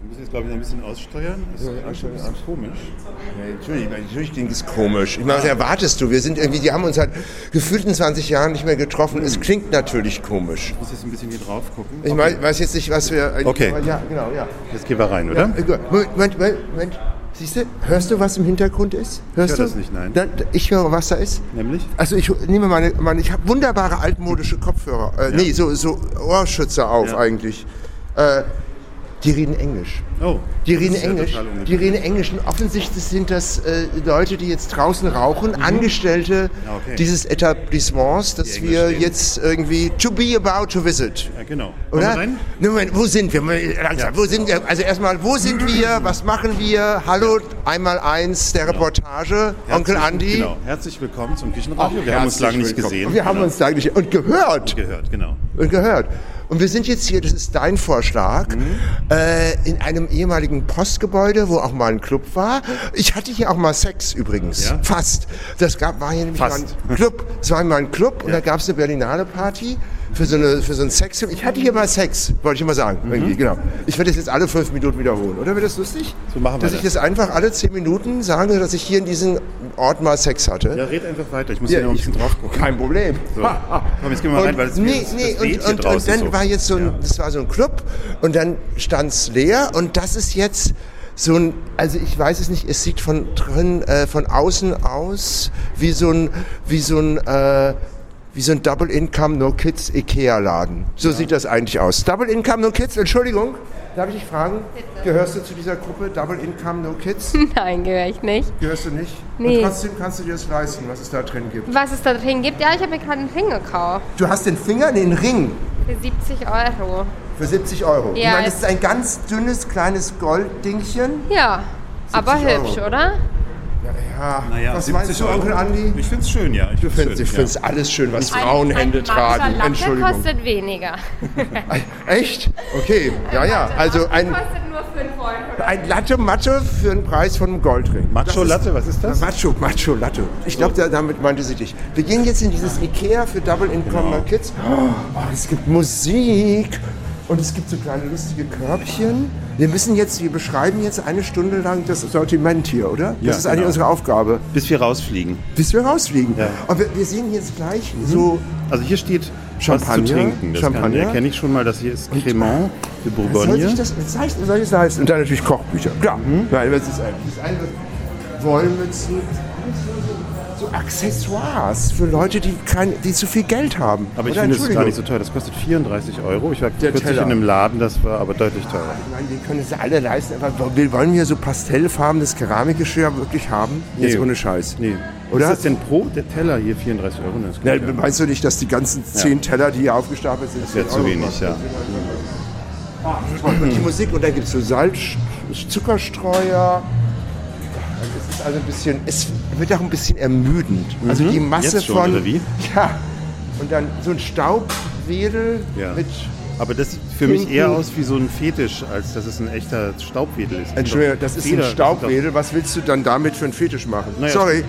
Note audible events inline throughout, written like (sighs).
Wir müssen jetzt, glaube ich, ein bisschen aussteuern. Das ist Ja, eigentlich schon ein bisschen komisch. Ja, natürlich, weil natürlich klingt es komisch. Ich meine, was erwartest du? Wir sind irgendwie, die haben uns halt gefühlt in 20 Jahren nicht mehr getroffen. Es klingt natürlich komisch. Ich muss jetzt ein bisschen hier drauf gucken. Ich mei- weiß jetzt nicht, was wir. Okay. Aber Ja, genau, ja. Jetzt gehen wir rein, ja oder? äh, gut. Moment, Moment, Moment, Moment. Siehst du, hörst du, was im Hintergrund ist? Hörst Ich hör du? das nicht, nein. Da, da, ich höre, was da ist. Nämlich? Also ich nehme meine, meine ich habe wunderbare altmodische Kopfhörer. Äh, Nee, so, so Ohrschützer auf Ja. eigentlich. Äh, die reden Englisch. Oh. Die das reden ist ja Englisch. total ungewöhnlich. Die reden Englisch. Und offensichtlich sind das äh, Leute, die jetzt draußen rauchen, Angestellte Mhm. Ja, okay. dieses Etablissements, das Englisch wir reden. jetzt irgendwie to be about to visit. Ja, genau. Wollen Oder? wir rein? Ne, Moment, wo sind wir? Mal Langsam, Ja. wo sind wir? Also erstmal, wo sind wir? Was machen wir? Hallo, einmal eins der Reportage, Onkel Genau. Herzlich- Andi. Genau. Herzlich willkommen zum Auch Küchenradio. wir haben uns herzlich lange nicht willkommen. gesehen. Wir haben Genau. uns lange nicht und gehört gehört, genau. und äh, gehört. Und wir sind jetzt hier, das ist dein Vorschlag, Mhm. äh, in einem ehemaligen Postgebäude, wo auch mal ein Club war. Ich hatte hier auch mal Sex übrigens. Ja? Fast. Das gab, war hier nämlich Fast. mal ein Club. Es war mal ein Club und da gab es eine Berlinale Party für so, eine, für so einen Sex. Ich hatte hier mal Sex, wollte ich immer sagen. Mhm. Irgendwie, genau. Ich werde das jetzt alle fünf Minuten wiederholen. Oder wird das lustig? So machen wir Dass ich das. das einfach alle zehn Minuten sage, dass ich hier in diesem Ort mal Sex hatte. Ja, red einfach weiter. Ich muss hier noch ein bisschen drauf gucken. Kein Problem. So. Komm, jetzt gehen wir mal rein, weil das, nee, das, das nee, weht und, hier und, und draußen dann so. war jetzt so ein, das war so ein Club und dann stand's leer und das ist jetzt so ein, also ich weiß es nicht, es sieht von drin, äh, von außen aus wie so ein, wie so ein, äh, wie so ein Double Income No Kids Ikea Laden. So sieht das eigentlich aus. Double Income No Kids, Entschuldigung, darf ich dich fragen, gehörst du zu dieser Gruppe Double Income No Kids? (laughs) Nein, gehöre ich nicht. Gehörst du nicht? Nee. Und trotzdem kannst du dir das leisten, was es da drin gibt. Was es da drin gibt? Ja, ich habe mir gerade einen Ring gekauft. Du hast den Finger in den Ring. Für 70 Euro. Für 70 Euro. Ja, ich meine, es- das ist ein ganz dünnes, kleines Golddingchen. Ja, aber Euro. hübsch, oder? Ja, Naja, was 70 meinst du, Euro. Onkel Andi? Ich find's schön, ja. Ich Du findest, ich find's alles schön, was Frauenhände ein tragen. Matcha-Latte Entschuldigung. kostet weniger. Echt? Okay, ja, ja. Also ein, kostet nur 5 Euro. ein Latte Matte für einen Preis von einem Goldring. Macho Latte, was ist das? Macho, Macho Latte. Ich glaube, da- damit meinte sie dich. Wir gehen jetzt in dieses Ikea für Double Income Kids. Oh, es gibt Musik und es gibt so kleine lustige Körbchen. Wir müssen jetzt, wir beschreiben jetzt eine Stunde lang das Sortiment hier, oder? Das Ja, ist eigentlich genau. unsere Aufgabe, Bis wir rausfliegen. bis wir rausfliegen. Ja. Und wir, wir sehen jetzt gleich so Also hier steht Champagner, was zu trinken. Das Champagner. kann- erkenne ich schon mal, dass hier ist Cremant de Was soll sich Bourgogne. das was heißt, was soll das heißen? Mhm. Und dann natürlich Kochbücher. Klar. Nein, was ist eigentlich? Das eine was- Wollmützen. So Accessoires für Leute, die, kein, die zu viel Geld haben. Aber ich finde, das Oder? ist gar Entschuldigung. nicht so teuer. Das kostet 34 Euro. Ich war Der kürzlich Teller. in einem Laden, das war aber deutlich teurer. Ich meine, wir können es ja alle leisten, aber wir wollen hier so pastellfarbenes Keramikgeschirr wirklich haben? Jetzt Nee. ohne Scheiß. Nee. Oder? Ist das denn pro der Teller hier 34 Euro? Das geht Na, ja. Meinst du nicht, dass die ganzen zehn Teller, die hier aufgestapelt sind, Das wäre zu wenig, ja. Und die Musik und dann gibt es so Salz, Zuckerstreuer. Es ist also ein bisschen, es wird auch ein bisschen ermüdend. Also die Masse Mhm. Jetzt schon, von. oder wie? Ja. Und dann so ein Staubwedel Ja. mit. Aber das sieht für mich eher Pinken- aus wie so ein Fetisch, als dass es ein echter Staubwedel ist. Entschuldigung, das ist ein Feder- Staubwedel. Was willst du dann damit für einen Fetisch machen? Naja. Sorry.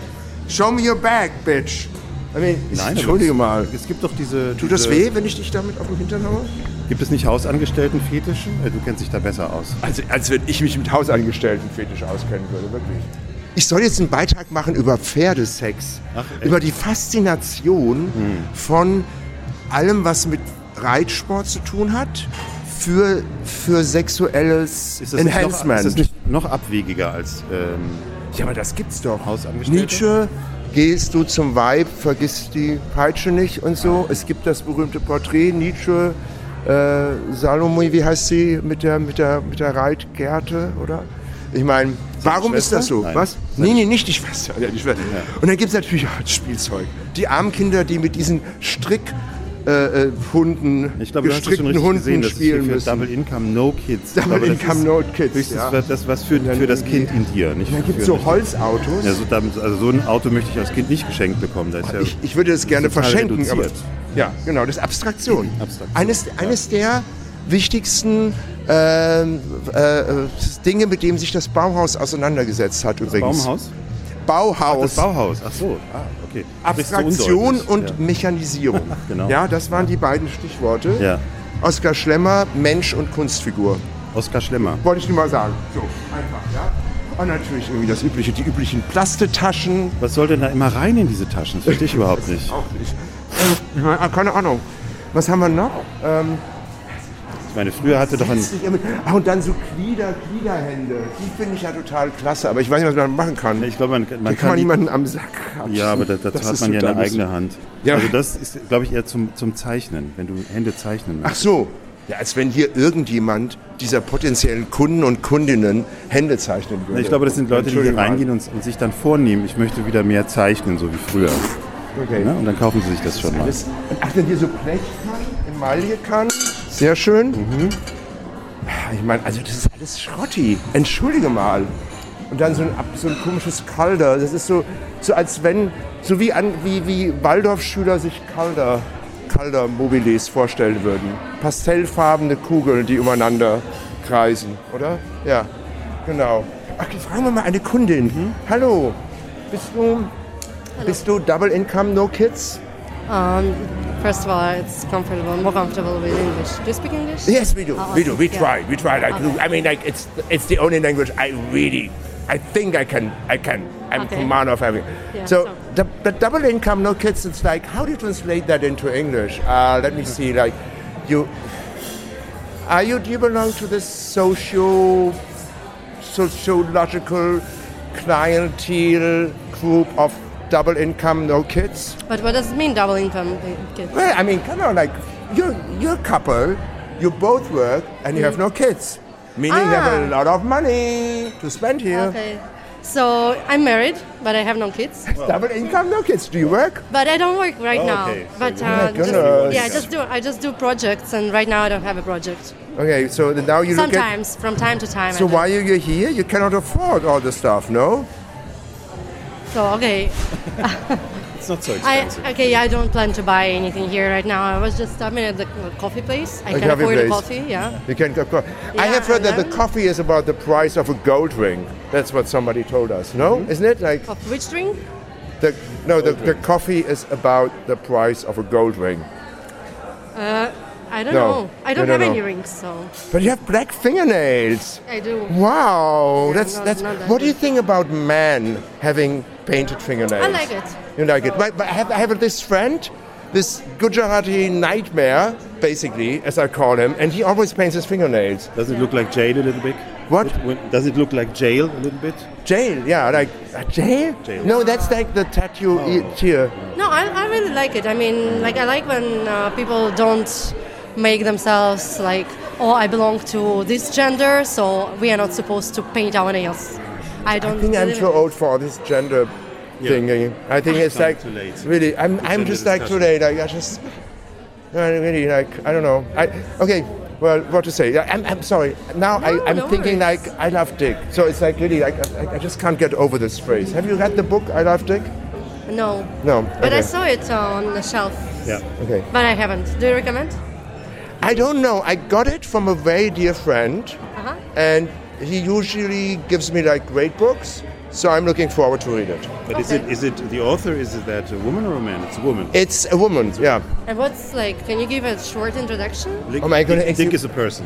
Show me your bag, bitch. I mean, Nein, aber entschuldige es- mal. Es gibt äh, doch diese. Tut das diese, weh, wenn ich dich damit auf den Hintern haue? Gibt es nicht Hausangestellten-Fetischen? Äh, Du kennst dich da besser aus. Also, als wenn ich mich mit Hausangestellten fetisch auskennen würde, wirklich. Ich soll jetzt einen Beitrag machen über Pferdesex. Ach, echt? über die Faszination von allem, was mit Reitsport zu tun hat, für, für sexuelles nicht Noch, Enhancement. ist das nicht noch abwegiger als. Ähm, ja, aber das gibt's doch. Hausangestellte? Nietzsche, gehst du zum Weib, vergiss die Peitsche nicht und so. Es gibt das berühmte Porträt Nietzsche, äh, Salome, wie heißt sie, mit der, mit der, mit der Reitgerte, oder? Ich meine, warum ist Schwester? das so? Nein. Was? Nee, nee, nicht die Schwester. Ja, die Schwester. Und dann gibt es natürlich auch das Spielzeug. Die armen Kinder, die mit diesen Strickhunden, äh, Hunden, ich glaube, du hast es schon gestrickten richtig Hunden gesehen, das ist hier spielen für müssen. Double Income No Kids. Ich Double glaube, das Income ist No Kids, Höchstens ja. was- das was für, dann für das Kind in dir, nicht Da gibt für es so nicht- Holzautos. Ja, so, damit, also so ein Auto möchte ich als Kind nicht geschenkt bekommen. Das ist ja Ich, ich würde es gerne total verschenken. Aber, reduziert. Mhm. ja, genau, das ist Abstraktion. Abstraktion, Eines, eines der wichtigsten ähm, äh, äh, Dinge, mit dem sich das Bauhaus auseinandergesetzt hat übrigens. Baumhaus? Bauhaus. Das Bauhaus, ach so. Ah, okay. Sprichst du Abstraktion undeutlich. und Ja. Mechanisierung. (laughs) Genau. Ja, das waren die beiden Stichworte. Ja. Oskar Schlemmer, Mensch und Kunstfigur. Oskar Schlemmer. Wollte ich nur mal sagen. So, einfach, ja. Und natürlich irgendwie das übliche, die üblichen Plastetaschen. Was soll denn da immer rein in diese Taschen? Das verstehe ich überhaupt nicht. Auch nicht. Ähm, ja, keine Ahnung. Was haben wir noch? Ähm, Ich meine, früher hatte doch ein. Jetzt nicht immer- Ach, und dann so Glieder, Gliederhände. Die finde ich ja total klasse, aber ich weiß nicht, was man machen kann. Ich glaube, man, da man kann kann. man die- jemanden am Sack krapschen. ja, aber da- dazu Das hat ist man ja eine total eigene Hand. Ja. Also, das ist, glaube ich, eher zum, zum Zeichnen, wenn du Hände zeichnen Ach möchtest. so. Ja, als wenn hier irgendjemand dieser potenziellen Kunden und Kundinnen Hände zeichnen würde. Ich glaube, das sind Leute, die hier Entschuldigung. reingehen und, und sich dann vornehmen, ich möchte wieder mehr zeichnen, so wie früher. Okay. Ne? Und dann kaufen sie sich das schon mal. Alles- Ach, denn hier so Blechkannen, Emaillekannen. Sehr schön. Mhm. Ich meine, also das ist alles Schrotti. Entschuldige mal. Und dann so ein, ab- so ein komisches Calder. Das ist so, so als wenn, so wie, an, wie, wie Waldorfschüler sich Calder, Calder Mobiles vorstellen würden. Pastellfarbene Kugeln, die übereinander kreisen, oder? Ja, genau. Ach, jetzt fragen wir mal eine Kundin. Hallo, bist du, bist du Double Income, No Kids? Um, First of all, it's comfortable, more comfortable with English. Do you speak English? Yes, we do. we do. We yeah. try. We try. Like I mean, like it's it's the only language I really, I think I can. I can. I'm Okay. command of having. Yeah, so so- the, the double income, no kids. It's like how do you translate that into English? Uh, let Mm-hmm. me see. Like you, are you do you belong to this socio sociological clientele group of double income, no kids? But what does it mean, double income? Okay. Well, I mean, come on, like you're you're a couple, you both work, and you have no kids, meaning you have a lot of money to spend here. Ah. okay. So I'm married, but I have no kids. Double income, no kids. Do you work? But I don't work right now. okay. So But you- uh, Oh my just, goodness. yeah, I just do I just do projects, and right now I don't have a project. Okay, so th- now you look at. Sometimes, from time to time. I So do. why are you here? You cannot afford all the stuff, no? So okay, It's not so I okay. I don't plan to buy anything here right now. I was just stopping at the coffee place. I can coffee afford a place. coffee. Yeah. You can. Of course. I Yeah, have heard that the and then- coffee is about the price of a gold ring. That's what somebody told us, no? Mm-hmm. Isn't it like Of which drink? the no? The, the coffee is about the price of a gold ring. I don't No, know. I don't no, no, have no. any rings, so But you have black fingernails. I do. Wow, that's not- that's. not that what do you good. think about men having painted fingernails? I like it. You like it, but, but I have I have this friend, this Gujarati nightmare, basically as I call him, and he always paints his fingernails. Does it look like jail a little bit? What? Does it look like jail a little bit? Jail, yeah, like uh, jail. Jail. No, that's like the tattoo e- Oh. here. No, I, I really like it. I mean, like I like when uh, people don't make themselves like, oh, I belong to this gender, so we are not supposed to paint our nails. I don't. I think I'm too old for all this gender thingy. I think it's Come like too late. really. I'm, It's I'm gender just like too discussion. late. Like, I just I really like I don't know. I okay. Well, what to say? Yeah, I'm, I'm sorry. Now No, I, I'm no thinking worries. like I love Dick. So it's like really like I, I just can't get over this phrase. Have you read the book I Love Dick? No. No. But okay. I saw it on the shelf. Yeah. okay. But I haven't. Do you recommend? I don't know. I got it from a very dear friend, Uh-huh. and he usually gives me like great books. So I'm looking forward to read it. But is it is it the author? Is it that a woman or a man? It's a woman. It's a woman. Yeah. And what's like? Can you give a short introduction? Link, Oh my God, Link, Link it's- is a person.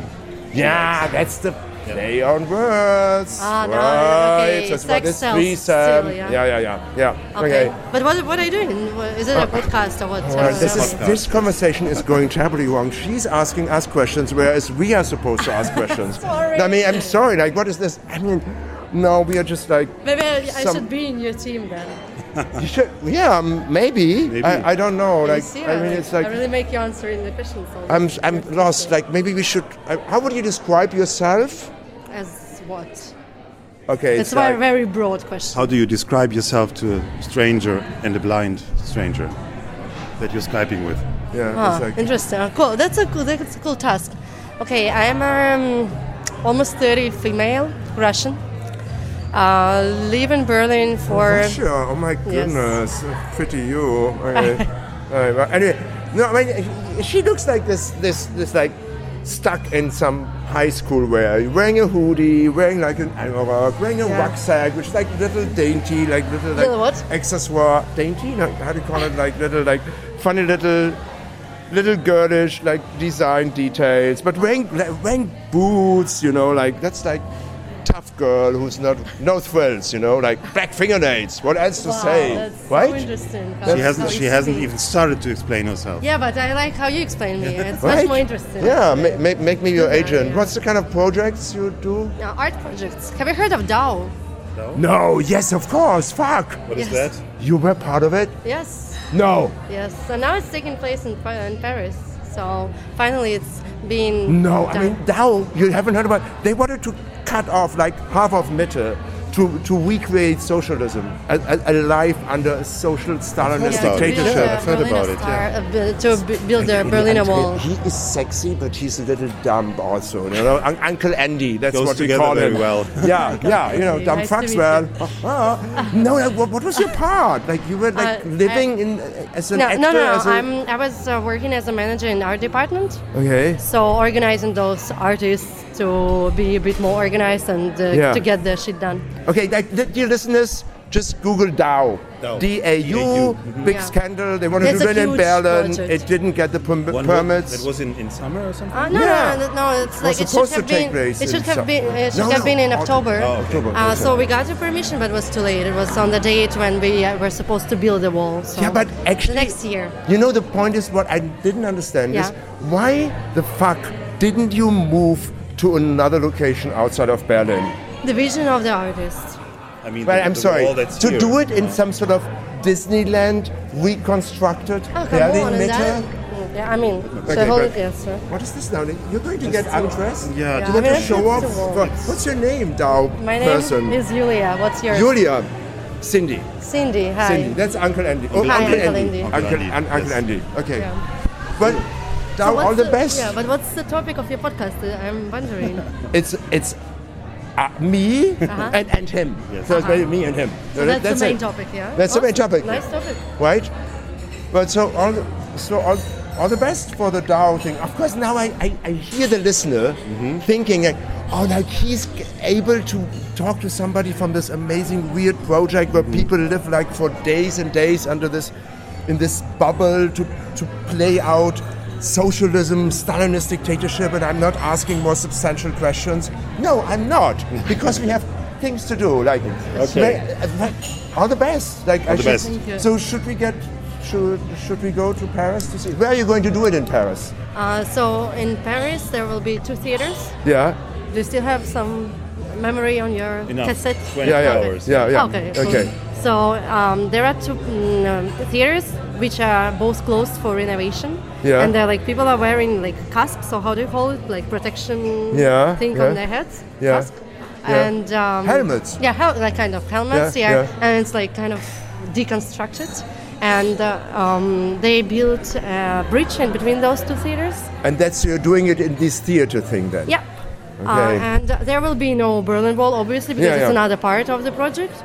Yeah, that's the play on words. Ah, no, right. okay, That's sex what it's sells threesome. still, yeah. yeah, yeah, yeah. yeah. Okay. But what what are you doing? What- Is it a podcast or what? Well, this, Uh, is, this conversation is going terribly wrong. She's asking us questions, whereas we are supposed to (laughs) ask questions. Sorry. I mean, I'm sorry. Like, what is this? I mean, no, we are just like. Maybe I, I some- should be in your team then. Are You should, yeah, um, maybe. Maybe. I, I don't know. you Like, I serious? mean, it's like. I really make you answer in the questions. all the I'm, time. I'm lost. Like, maybe we should. I, how would you describe yourself? As what? Okay. It's it's a very, like, very broad question. How do you describe yourself to a stranger and a blind stranger that you're skyping with? yeah, Ah, it's like, interesting. Cool. That's a cool. That's a cool task. Okay, I'm um, almost 30, female, Russian. Uh, live in Berlin for. Sure. Oh my goodness. Pretty you. (laughs) Okay. Alright, well, anyway, no, I mean, she looks like this, this, this, like stuck in some high school wear, wearing a hoodie, wearing like an anorak, wearing a Yeah. rucksack, which is like little dainty, like little like Little what? accessoire, dainty. No, how do you call it? Like little, like funny little little girlish like design details, but wearing like, wearing boots, you know, like that's like tough girl who's not no thrills, you know, like black fingernails. What else to say, that's so right? interesting. She She That's hasn't, so she hasn't interesting. even started to explain herself. Yeah, but I like how you explain me. It's Right? much more interesting. Yeah, ma- ma- make me your Yeah, agent. yeah. What's the kind of projects you do? Now, art projects. Have you heard of DAO? No, yes, of course. Fuck. What is Yes. that? You were part of it? Yes, No. yes. So now it's taking place in, Pa- in Paris. So finally, it's being No, I done. mean Dow. You haven't heard about? They wanted to cut off like half of Mitte to to recreate socialism, a, a, a life under a social Stalinist I've heard about it, dictatorship. yeah. I've heard about it, To bu- build a Berliner Wall. He is sexy, but he's a little dumb also. You know, Un- Uncle Andy. That's Goes what we together call very him. well. (laughs) Yeah, yeah. You know, Andy, dumb nice to fucks meet (laughs) well. Uh-huh. no, no, what, what was your part? Like you were like Uh, living in as an No, actor. no, no. as a- I'm, I was uh, working as a manager in art department, okay. so organizing those artists to be a bit more organized and uh, Yeah. to get their shit done. Uh, Okay, like, the- dear listeners, just Google DAO. DAO. D A U, Mm-hmm. big Yeah. scandal. They want to That's do a it in huge Berlin. project. It didn't get the perm- One wo- permits. That was in, in summer or something? Uh, no, Yeah. no, no, no, It was it's like it should supposed to have take been. place It should in have some- been. It should No, have no, been in Oct- October. Oh, okay. October, Uh, okay. so we got the permission, but it was too late. It was on the date when we uh, were supposed to build the wall. So Yeah, but actually- next year. you know, the point is what I didn't understand is Yeah. why the fuck didn't you move to another location outside of Berlin? The vision of the artist. I mean, Well, the- I'm the sorry. wall that's To here. do it in some sort of Disneyland reconstructed Oh, come Berlin on, is that- Mitte? Yeah, I mean, Okay, so hold but- it, yes, sir. What is this now? You're going to get undressed? Yeah, Yeah. do- You want I mean, to that's show off? just a wall. What- What's your name, Dow My name person? is Julia. What's yours? Julia. Cindy. Cindy. Hi. Cindy. That's Uncle Andy. Oh, Hi, Uncle Uncle Andy. Andy. Uncle, Uncle Andy, Un- Uncle yes. Andy. Okay. Yeah. Well, now What's all the, best. Yeah, but what's the topic of your podcast? Uh, I'm (laughs) wondering. so it's it's uh, me Uh-huh. and, and him. Yes. So it's very me and him. So that- that's, the main it. topic, yeah. That's the main Awesome. topic. Nice topic. Right? But so all the, so all, all the best for the Dow thing. Of course, now I, I, I hear the listener thinking like, oh, like he's g- able to talk to somebody from this amazing weird project where people live like for days and days under this in this bubble to to play out socialism, Stalinist dictatorship, and I'm not asking more substantial questions. No, I'm not because we have things to do. Like, Okay. all the best. Like, I the should- best. Thank you. So should we get should should we go to Paris to see? Where are you going to do it in Paris? Uh, so in Paris, there will be two theaters. Yeah. Do you still have some memory on your Enough. cassette? 20 Yeah, yeah. hours. Yeah, yeah. Okay. Okay. So um, there are two mm, um, theaters which are both closed for renovation. Yeah. And they're like people are wearing like casks. So how do you call it? Like protection Yeah, thing yeah. on their heads. Yeah, Cask. yeah. And um, Helmets. Yeah, hel- like kind of helmets. Yeah, Yeah, yeah. And it's like kind of deconstructed. And uh, um, they built a bridge in between those two theaters. And that's you're doing it in this theater thing then. Yep. Okay. Uh, and there will be no Berlin Wall, obviously, because Yeah, yeah. it's another part of the project.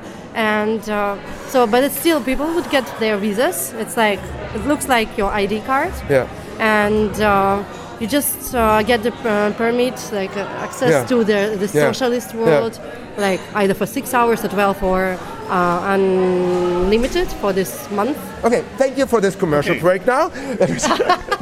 And uh, so, but it's still people would get their visas. It's like it looks like your ID card. Yeah. And uh, you just uh, get the uh, permit, like uh, access Yeah. to the, the Yeah. socialist Yeah. world, like either for six hours or twelve or uh, unlimited for this month. Okay. Thank you for this commercial break (laughs) now.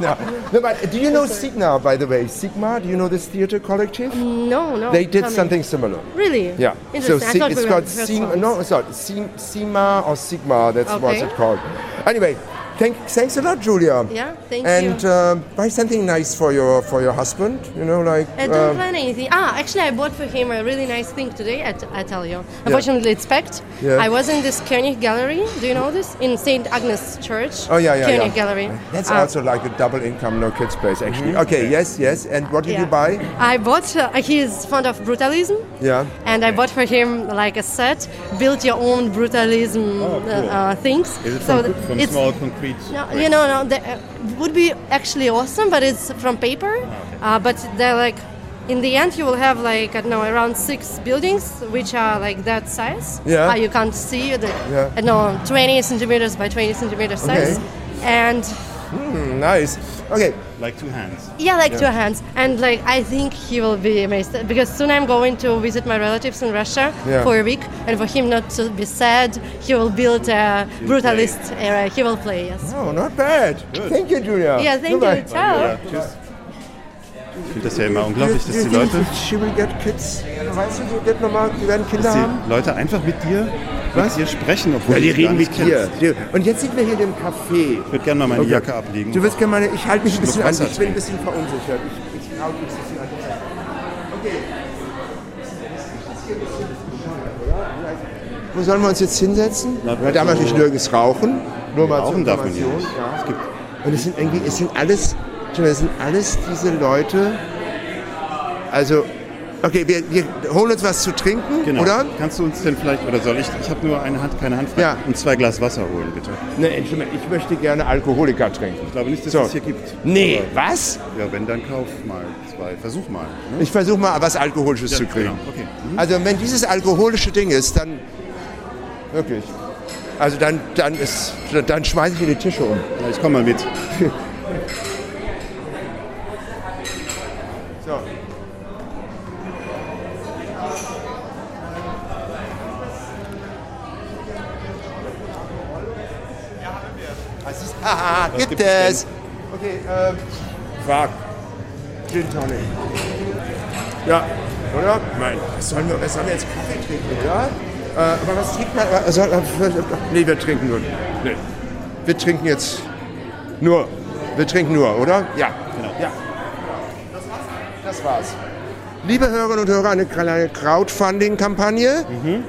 no. no, but do you know Sigma by the way? Sigma, do you know this theater collective? No, no. They did tell me. something similar. Really? Yeah. Interesting. I Sig- thought we it's were called the first Sigma. ones. No, it's not Sim- Sima or Sigma. That's what Okay. it's called. Anyway, thank, thanks a lot, Julia. Yeah, thank and, you. um, buy something nice for your for your husband. You know, like. I don't um, plan anything. Ah, actually, I bought for him a really nice thing today. I, t- I tell you. Unfortunately, it's packed. Yeah. I was in this Koenig Gallery. Do you know this? In Saint Agnes Church. Oh yeah, yeah, Koenig yeah. Gallery. That's Uh, also like a double income, no kids place, actually. Mm-hmm. Okay, yes, yes. And what did you yeah. buy? I bought. Uh, he is fond of brutalism. Yeah. And I bought for him like a set, build your own brutalism Oh, cool. uh, uh, things. Is it so from, th- from it's small concrete? No, bricks? you know, no, they, uh, would be actually awesome, but it's from paper. Oh, Uh, but they're like, in the end, you will have like I don't know, around six buildings, which are like that size. Yeah. Uh, you can't see the Yeah. uh, no 20 centimeters by 20 centimeters size, Okay. and Nice. Okay. Like two hands. Yeah, like two hands. And like I think he will be amazed because soon I'm going to visit my relatives in Russia Yeah. for a week, and for him not to be sad, he will build a brutalist era. He will play. Yes. Oh, not bad. Thank you, Julia. Yeah. Thank you. Goodbye. Ciao. Ich finde das ja immer unglaublich, dass die You- you Leute, think She will get kids. Weißt du, die wird normal, die werden Kinder dass haben. die Leute einfach mit dir, mit dir sprechen, obwohl Ja, die du sie reden gar mit nicht dir. kennst. Die- Und jetzt sind wir hier in dem Café. Ich würde gerne mal meine Okay. Jacke ablegen. Du wirst gerne meine, ich halte mich ein bisschen Schluck an, Wasser ich bin ein bisschen verunsichert. Ich, ich hau dich ein bisschen an. Okay. Wo sollen wir uns jetzt hinsetzen? Na, Man darf so- natürlich nirgends rauchen. Nur mal zur Rauchen darf man hier Information. nicht. Ja. Und es sind irgendwie, es sind alles, Entschuldigung, es sind alles diese Leute. Also, okay, wir, wir holen uns was zu trinken, Genau. oder? Kannst du uns denn vielleicht, oder soll ich, ich habe nur eine Hand, keine Hand frei, Ja. und zwei Glas Wasser holen, bitte. Ne, Entschuldigung, ich möchte gerne Alkoholiker trinken. Ich glaube nicht, dass es hier gibt. Nee, was? Ja, wenn, dann kauf mal zwei. Versuch mal. Ne? Ich versuche mal was Alkoholisches Ja, zu kriegen. genau. Okay. Mhm. Also wenn dieses alkoholische Ding ist, dann wirklich. Also dann, dann ist, dann schmeiße ich mir die Tische um. Ja, ich komme mal mit. So. Was ist, ah, Was gibt gibt's denn? es. Okay, ähm, Quark. Gin Tonic. Ja, oder? Nein. Was sollen wir, was sollen wir jetzt Kaffee trinken, oder? Äh, aber was trinkt man? Was soll, nee, wir trinken nur. Nee. äh, Wir trinken jetzt nur. Wir trinken nur, oder? Ja. Genau. Ja. Das war's. Liebe Hörerinnen und Hörer, eine kleine Crowdfunding-Kampagne.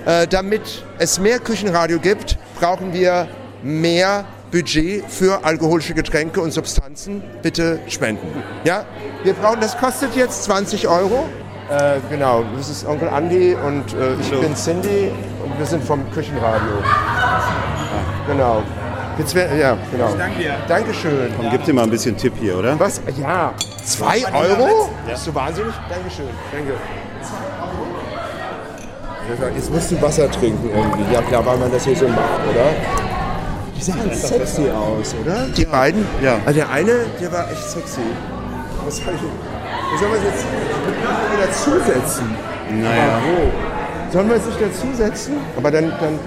Äh, damit es mehr Küchenradio gibt, brauchen wir mehr Budget für alkoholische Getränke und Substanzen. Bitte spenden. Ja? Wir brauchen, das kostet jetzt 20 Euro. Äh, genau, das ist Onkel Andi und äh, ich bin Cindy und wir sind vom Küchenradio. Genau. Jetzt wär, ja, genau. Danke dir. Dankeschön. Komm, gib dir mal ein bisschen Tipp hier, oder? Was? Ja. Zwei Euro? Bist du wahnsinnig? Dankeschön. Danke. Jetzt musst du Wasser trinken irgendwie. Ja klar, weil man das hier so macht, oder? Die sahen sexy aus, oder? Die beiden? Ja. Also der eine, der war echt sexy. Was soll ich was soll man jetzt wir dazusetzen? Naja. Ah, Wo? Sollen wir es nicht dazusetzen? Aber dann, dann.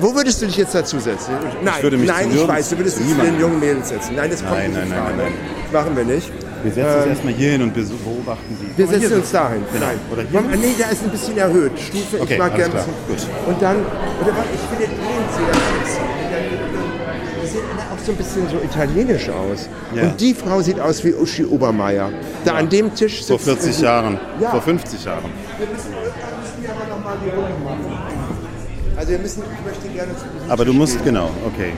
Wo würdest du dich jetzt dazusetzen? Nein, würde mich zu nein, ich nirgends- weiß, du würdest zu dich zu den niemandem. jungen Mädels setzen. Nein, das kommt Nein, nicht in nein, nein, Frage. nein, Machen wir nicht. Wir setzen uns erstmal hier hin und bes- beobachten sie. Ähm, Wir Guck mal, setzen hier uns da hin. Genau. Nein. Oder hier. Komm, nee, da ist ein bisschen erhöht. Stufe, Okay, ich mag alles gerne ein klar. bisschen. Gut. Und dann, oder warte, ich finde den sehr sexy. Und dann- Die sehen alle auch so ein bisschen so italienisch aus. Ja. Und die Frau sieht aus wie Uschi Obermeier. Da an dem Tisch sitzt. Vor 40 Jahren. Ja. Vor 50 Jahren. Wir müssen, wir müssen ja aber noch mal die Runde machen. Also wir müssen, ich möchte gerne zu diesem Aber du Tisch musst, gehen. genau, okay.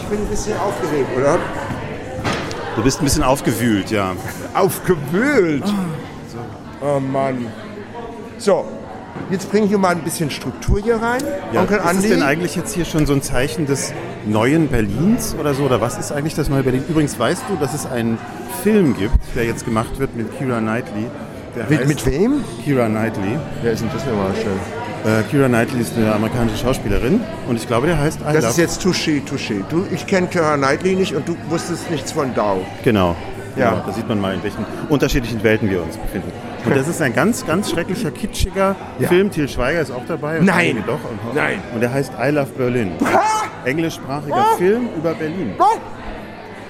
Ich bin ein bisschen aufgeregt, oder? Du bist ein bisschen aufgewühlt, ja. Aufgewühlt. Ah. Oh Mann. So, jetzt bringe ich hier mal ein bisschen Struktur hier rein. ja Onkel ist Andi. es denn eigentlich jetzt hier schon so ein Zeichen des neuen Berlins oder so? Oder was ist eigentlich das neue Berlin? Übrigens weißt du, dass es einen Film gibt, der jetzt gemacht wird mit Kira Knightley. Der mit, heißt mit wem? Kira Knightley. Wer ist denn das nochmal schön? Äh, Kira Knightley ist eine amerikanische Schauspielerin und ich glaube, der heißt I Das Love- ist jetzt Touché, Touché. Du, ich kenne Kara Knightley nicht und du wusstest nichts von Dau. Genau. Ja. Genau, Da sieht man mal, in welchen unterschiedlichen Welten wir uns befinden. Und das ist ein ganz, ganz schrecklicher, kitschiger Ja. Film. Til Schweiger ist auch dabei. und Nein. einige Doch. Und, Nein. Oh. Und der heißt I Love Berlin. Englischsprachiger Film über Berlin.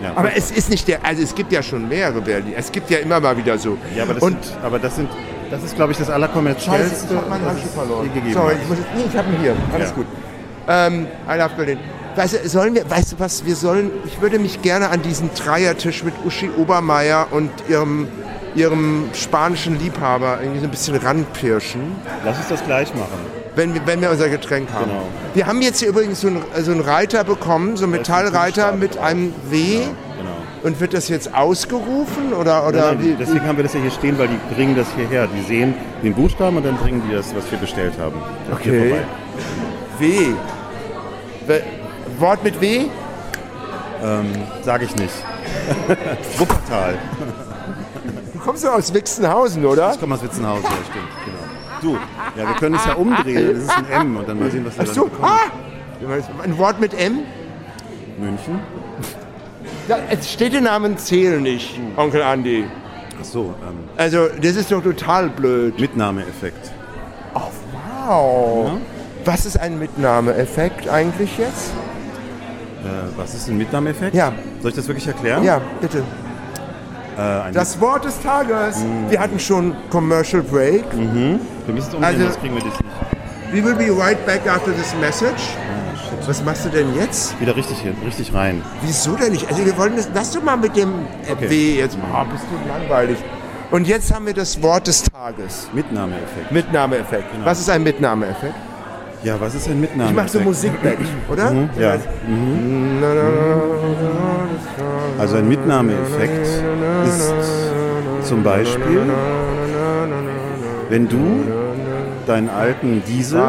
Ja. Aber es ist nicht der, also es gibt ja schon mehrere Berlin. Es gibt ja immer mal wieder so. ja, aber das, und sind, aber das, sind, das ist, glaube ich, das allerkommerziellste, ich hab meinen was Handschuh es verloren. je gegeben Sorry, hat. ich, muss, nee, ich habe ihn hier. Alles Ja. gut. Ähm, I love Berlin. Weißt du, sollen wir, weißt du was, wir sollen, ich würde mich gerne an diesen Dreiertisch mit Uschi Obermeier und ihrem, ihrem spanischen Liebhaber irgendwie so ein bisschen ranpirschen, Lass uns das gleich machen. wenn wir, wenn wir unser Getränk haben. Genau. Wir haben jetzt hier übrigens so einen, so einen Reiter bekommen, so einen ist ein Metallreiter Kunststab mit drauf. einem W. Genau. Und wird das jetzt ausgerufen oder, oder Nein, nein, deswegen haben wir das ja hier stehen, weil die bringen das hierher. Die sehen den Buchstaben und dann bringen die das, was wir bestellt haben. Das hier Okay. vorbei. W? W- Wort mit W? Sag ich nicht. (laughs) Wuppertal. Du kommst doch aus Wixenhausen, oder? Ich komme aus Witzenhausen, ja, stimmt. Genau. Du, ja, wir können es ja Ah! umdrehen. Das ist ein M und dann mal sehen, was wir Ach so, dann bekommen. ah! Ein Wort mit M? München? Ja, es- Städtenamen zählen nicht, Onkel Andi. Ach so, ähm, Also, das ist doch total blöd. Mitnahmeeffekt. Oh, wow. Was ist ein Mitnahmeeffekt eigentlich jetzt? Äh, was ist ein Mitnahmeeffekt? Ja. Soll ich das wirklich erklären? Ja, bitte. Äh, ein Das Wort des Tages. Wir hatten schon Commercial Break. wir müssen es umnehmen, also- sonst kriegen wir das nicht. We will be right back after this message. Was machst du denn jetzt? Wieder richtig, hin- richtig rein. Wieso denn nicht? Also wir wollen das, lass doch mal mit dem Okay. W jetzt. Oh, bist du langweilig. Und jetzt haben wir das Wort des Tages. Mitnahmeeffekt. Mitnahmeeffekt. Was ist ein Mitnahmeeffekt? Ja, was ist Genau. ein Ich Mitnahmeeffekt? mach so Musik weg, oder? Ja. Also ein Mitnahmeeffekt ist zum Beispiel, wenn du deinen alten Diesel,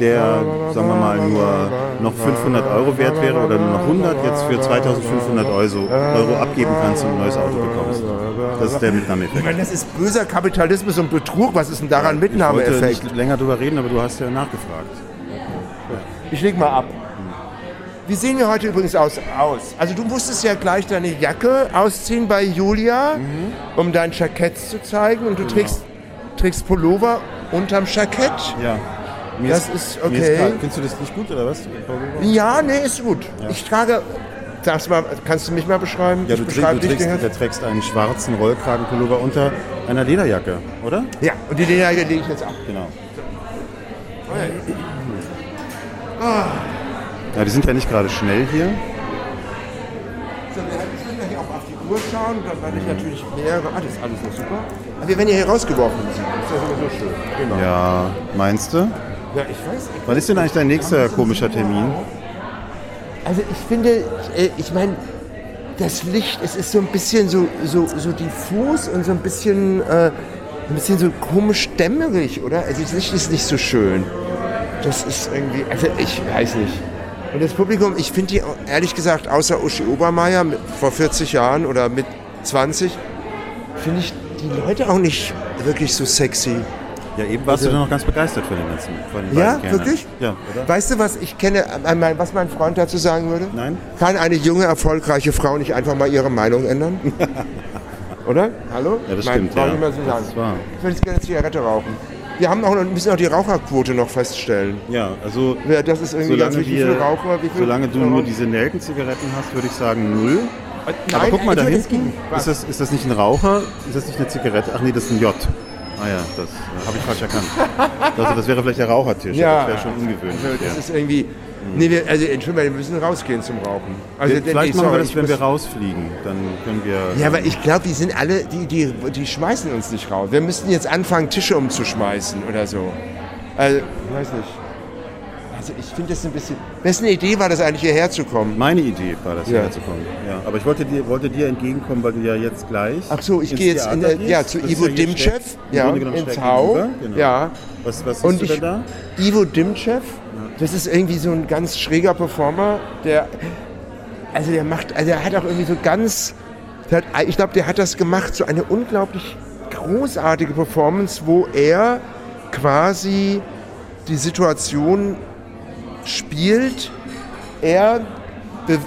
der, sagen wir mal, nur noch 500 Euro wert wäre oder nur noch 100, jetzt für 2500 Euro, Euro abgeben kannst und ein neues Auto bekommst. Das ist der Ich Mitnahmeeffekt. meine, das ist böser Kapitalismus und Betrug. Was ist denn daran Ich wollte Mitnahmeeffekt? nicht länger drüber reden, aber du hast ja nachgefragt. Ich leg mal ab. Mhm. Wie sehen wir heute übrigens aus? aus? Also du musstest ja gleich deine Jacke ausziehen bei Julia, Mhm. um dein Jackett zu zeigen. Genau. Und du trägst, trägst Pullover unterm Jackett. Ja. Mir Das ist mir okay. klar. Findest du das nicht gut oder was? Ja, nee, ist gut. Ich trage... Sagst mal, kannst du mich mal beschreiben? Ja, ich du, beschreibe trägst, du, dich trägst, gehört. du trägst einen schwarzen Rollkragenpullover unter einer Lederjacke, oder? Ja, und die Dinger lege ich jetzt ab. Genau. Ja, wir sind ja nicht gerade schnell hier. So, wir müssen gleich auch auf die Uhr schauen, dann werde ich natürlich mehrere. Ah, das ist alles noch super. Aber wir werden ja hier rausgeworfen. Das ist ja sowieso schön. Genau. Ja, Ja, meinst du? ich weiß. Ich Wann ist denn eigentlich dein nächster komischer Termin? Also ich finde, äh, ich meine, das Licht, es ist so ein bisschen so, so, so diffus und so ein bisschen, äh, ein bisschen so komisch dämmerig, oder? Also das Licht ist nicht so schön. Das ist irgendwie, also ich weiß nicht. Und das Publikum, ich finde die, ehrlich gesagt, außer Uschi Obermeier mit, vor 40 Jahren oder mit 20, finde ich die Leute auch nicht wirklich so sexy. Ja, eben warst du doch noch ganz begeistert von den ganzen. Von den Ja, beiden Kernen. wirklich? Ja, oder? Weißt du, was ich kenne, einmal, was mein Freund dazu sagen würde? Nein? Kann eine junge, erfolgreiche Frau nicht einfach mal ihre Meinung (laughs) ändern? Oder? Hallo? Ja, das Nein, stimmt, brauch ja. Ich, mehr so Das sagen. ist wahr. ich würde jetzt gerne eine Zigarette rauchen. Wir haben auch noch, müssen auch die Raucherquote noch feststellen. Ja, also Ja, das ist irgendwie ganz solange, wichtig. Wie wir, viele Raucher? Wie viele solange du nur diese Nelkenzigaretten hast, würde ich sagen null. Aber guck mal also da hinten. Ist das, ist das nicht ein Raucher? Ist das nicht eine Zigarette? Ach nee, das ist ein J. Ah ja, das äh, habe ich falsch (laughs) erkannt. Also das wäre vielleicht der Rauchertisch. Ja. Das wäre schon ungewöhnlich. Also, das ja. ist irgendwie. Nee, wir, also Entschuldigung, wir müssen rausgehen zum Rauchen. Also, Wir- nee, vielleicht machen sorry, wir das, ich wenn muss- wir rausfliegen. Dann können wir. Ja, aber ich glaube, die sind alle, die, die, die schmeißen uns nicht raus. Wir müssten jetzt anfangen, Tische umzuschmeißen oder so. Also, ich weiß nicht. Also ich finde das ein bisschen... Wessen Idee war das eigentlich, hierher zu kommen? meine Idee war das, Ja. hierher zu kommen. Ja. Aber ich wollte dir, wollte dir entgegenkommen, weil du ja jetzt gleich. Ach so, ich ins gehe jetzt in, Theater äh, ja, gehst. zu Das ist Ivo hier schräg- Dimchev, im ja, Grunde genommen ins schräg Hau, gegenüber, Genau. ja. Was, was Und siehst du ich, denn da? Ivo Dimchev, das ist irgendwie so ein ganz schräger Performer, der, also der macht, also der hat auch irgendwie so ganz, der hat, ich glaube, der hat das gemacht, so eine unglaublich großartige Performance, wo er quasi die Situation spielt, er, be-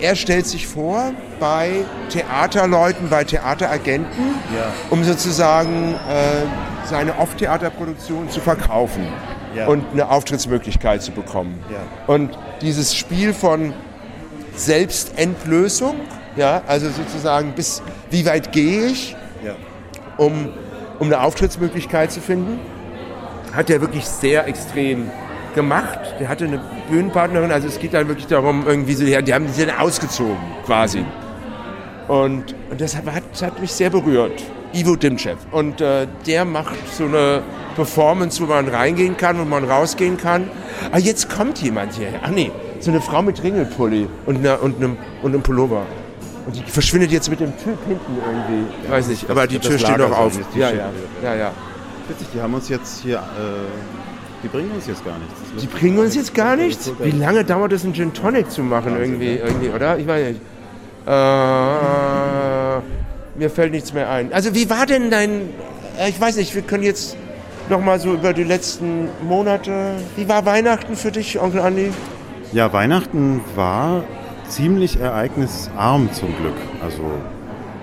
er stellt sich vor bei Theaterleuten, bei Theateragenten, Ja. um sozusagen äh, seine Off-Theaterproduktion zu verkaufen Ja. und eine Auftrittsmöglichkeit zu bekommen. Ja. Und dieses Spiel von Selbstentlösung, ja, also sozusagen bis wie weit gehe ich, Ja. um, um eine Auftrittsmöglichkeit zu finden. Hat er wirklich sehr extrem gemacht. Der hatte eine Bühnenpartnerin, also es geht dann wirklich darum, irgendwie so, ja, die haben sie dann ausgezogen, quasi. Und, und das hat, das hat mich sehr berührt. Ivo Dimchev. Und äh, der macht so eine Performance, wo man reingehen kann, wo man rausgehen kann. Ah, jetzt kommt jemand hier. Ah nee, so eine Frau mit Ringelpulli und, einer, und, einem, und einem Pullover. Und die verschwindet jetzt mit dem Typ hinten irgendwie. Ich Weiß nicht, aber die das Tür steht Lager noch sein, auf. das T-Shirt. Ja, ja, ja, ja. Witzig, die haben uns jetzt hier. Äh, die bringen uns jetzt gar nichts. Die bringen uns jetzt gar nichts. Wie lange dauert es, einen Gin Tonic zu machen irgendwie, irgendwie, oder? Ich weiß nicht. Äh, mir fällt nichts mehr ein. Also wie war denn dein... äh, Ich weiß nicht, wir können jetzt noch mal so über die letzten Monate... Wie war Weihnachten für dich, Onkel Andi? Ja, Weihnachten war ziemlich ereignisarm zum Glück. Also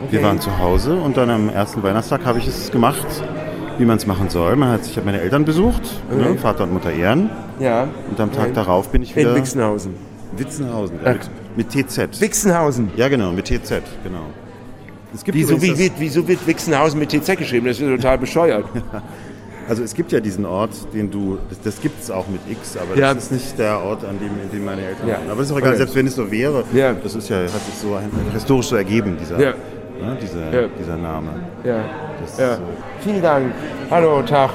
wir Okay. waren zu Hause und dann am ersten Weihnachtstag habe ich es gemacht, wie man es machen soll. Man hat, ich habe meine Eltern besucht, ne, Vater und Mutter Ehren. Ja. Und am Tag Nein. darauf bin ich In wieder Wixenhausen. Witzenhausen. Äh, mit TZ. Wixenhausen. ja genau, mit TZ, genau. Es gibt Wieso, übrigens wie das- wird, wieso wird Wixenhausen mit TZ geschrieben? Das ist total bescheuert. Also es gibt ja diesen Ort, den du, das, das gibt es auch mit X, aber Ja. das ist nicht der Ort, an dem, in dem meine Eltern Ja. waren. Aber es ist auch egal, Okay. selbst wenn es so wäre, Ja. das ist ja, hat sich so ein- historisch so ergeben, dieser, Ja. ne, dieser, Ja. dieser Name. ja. Das ja. ist so. Also, Vielen Dank. Hallo, Tag.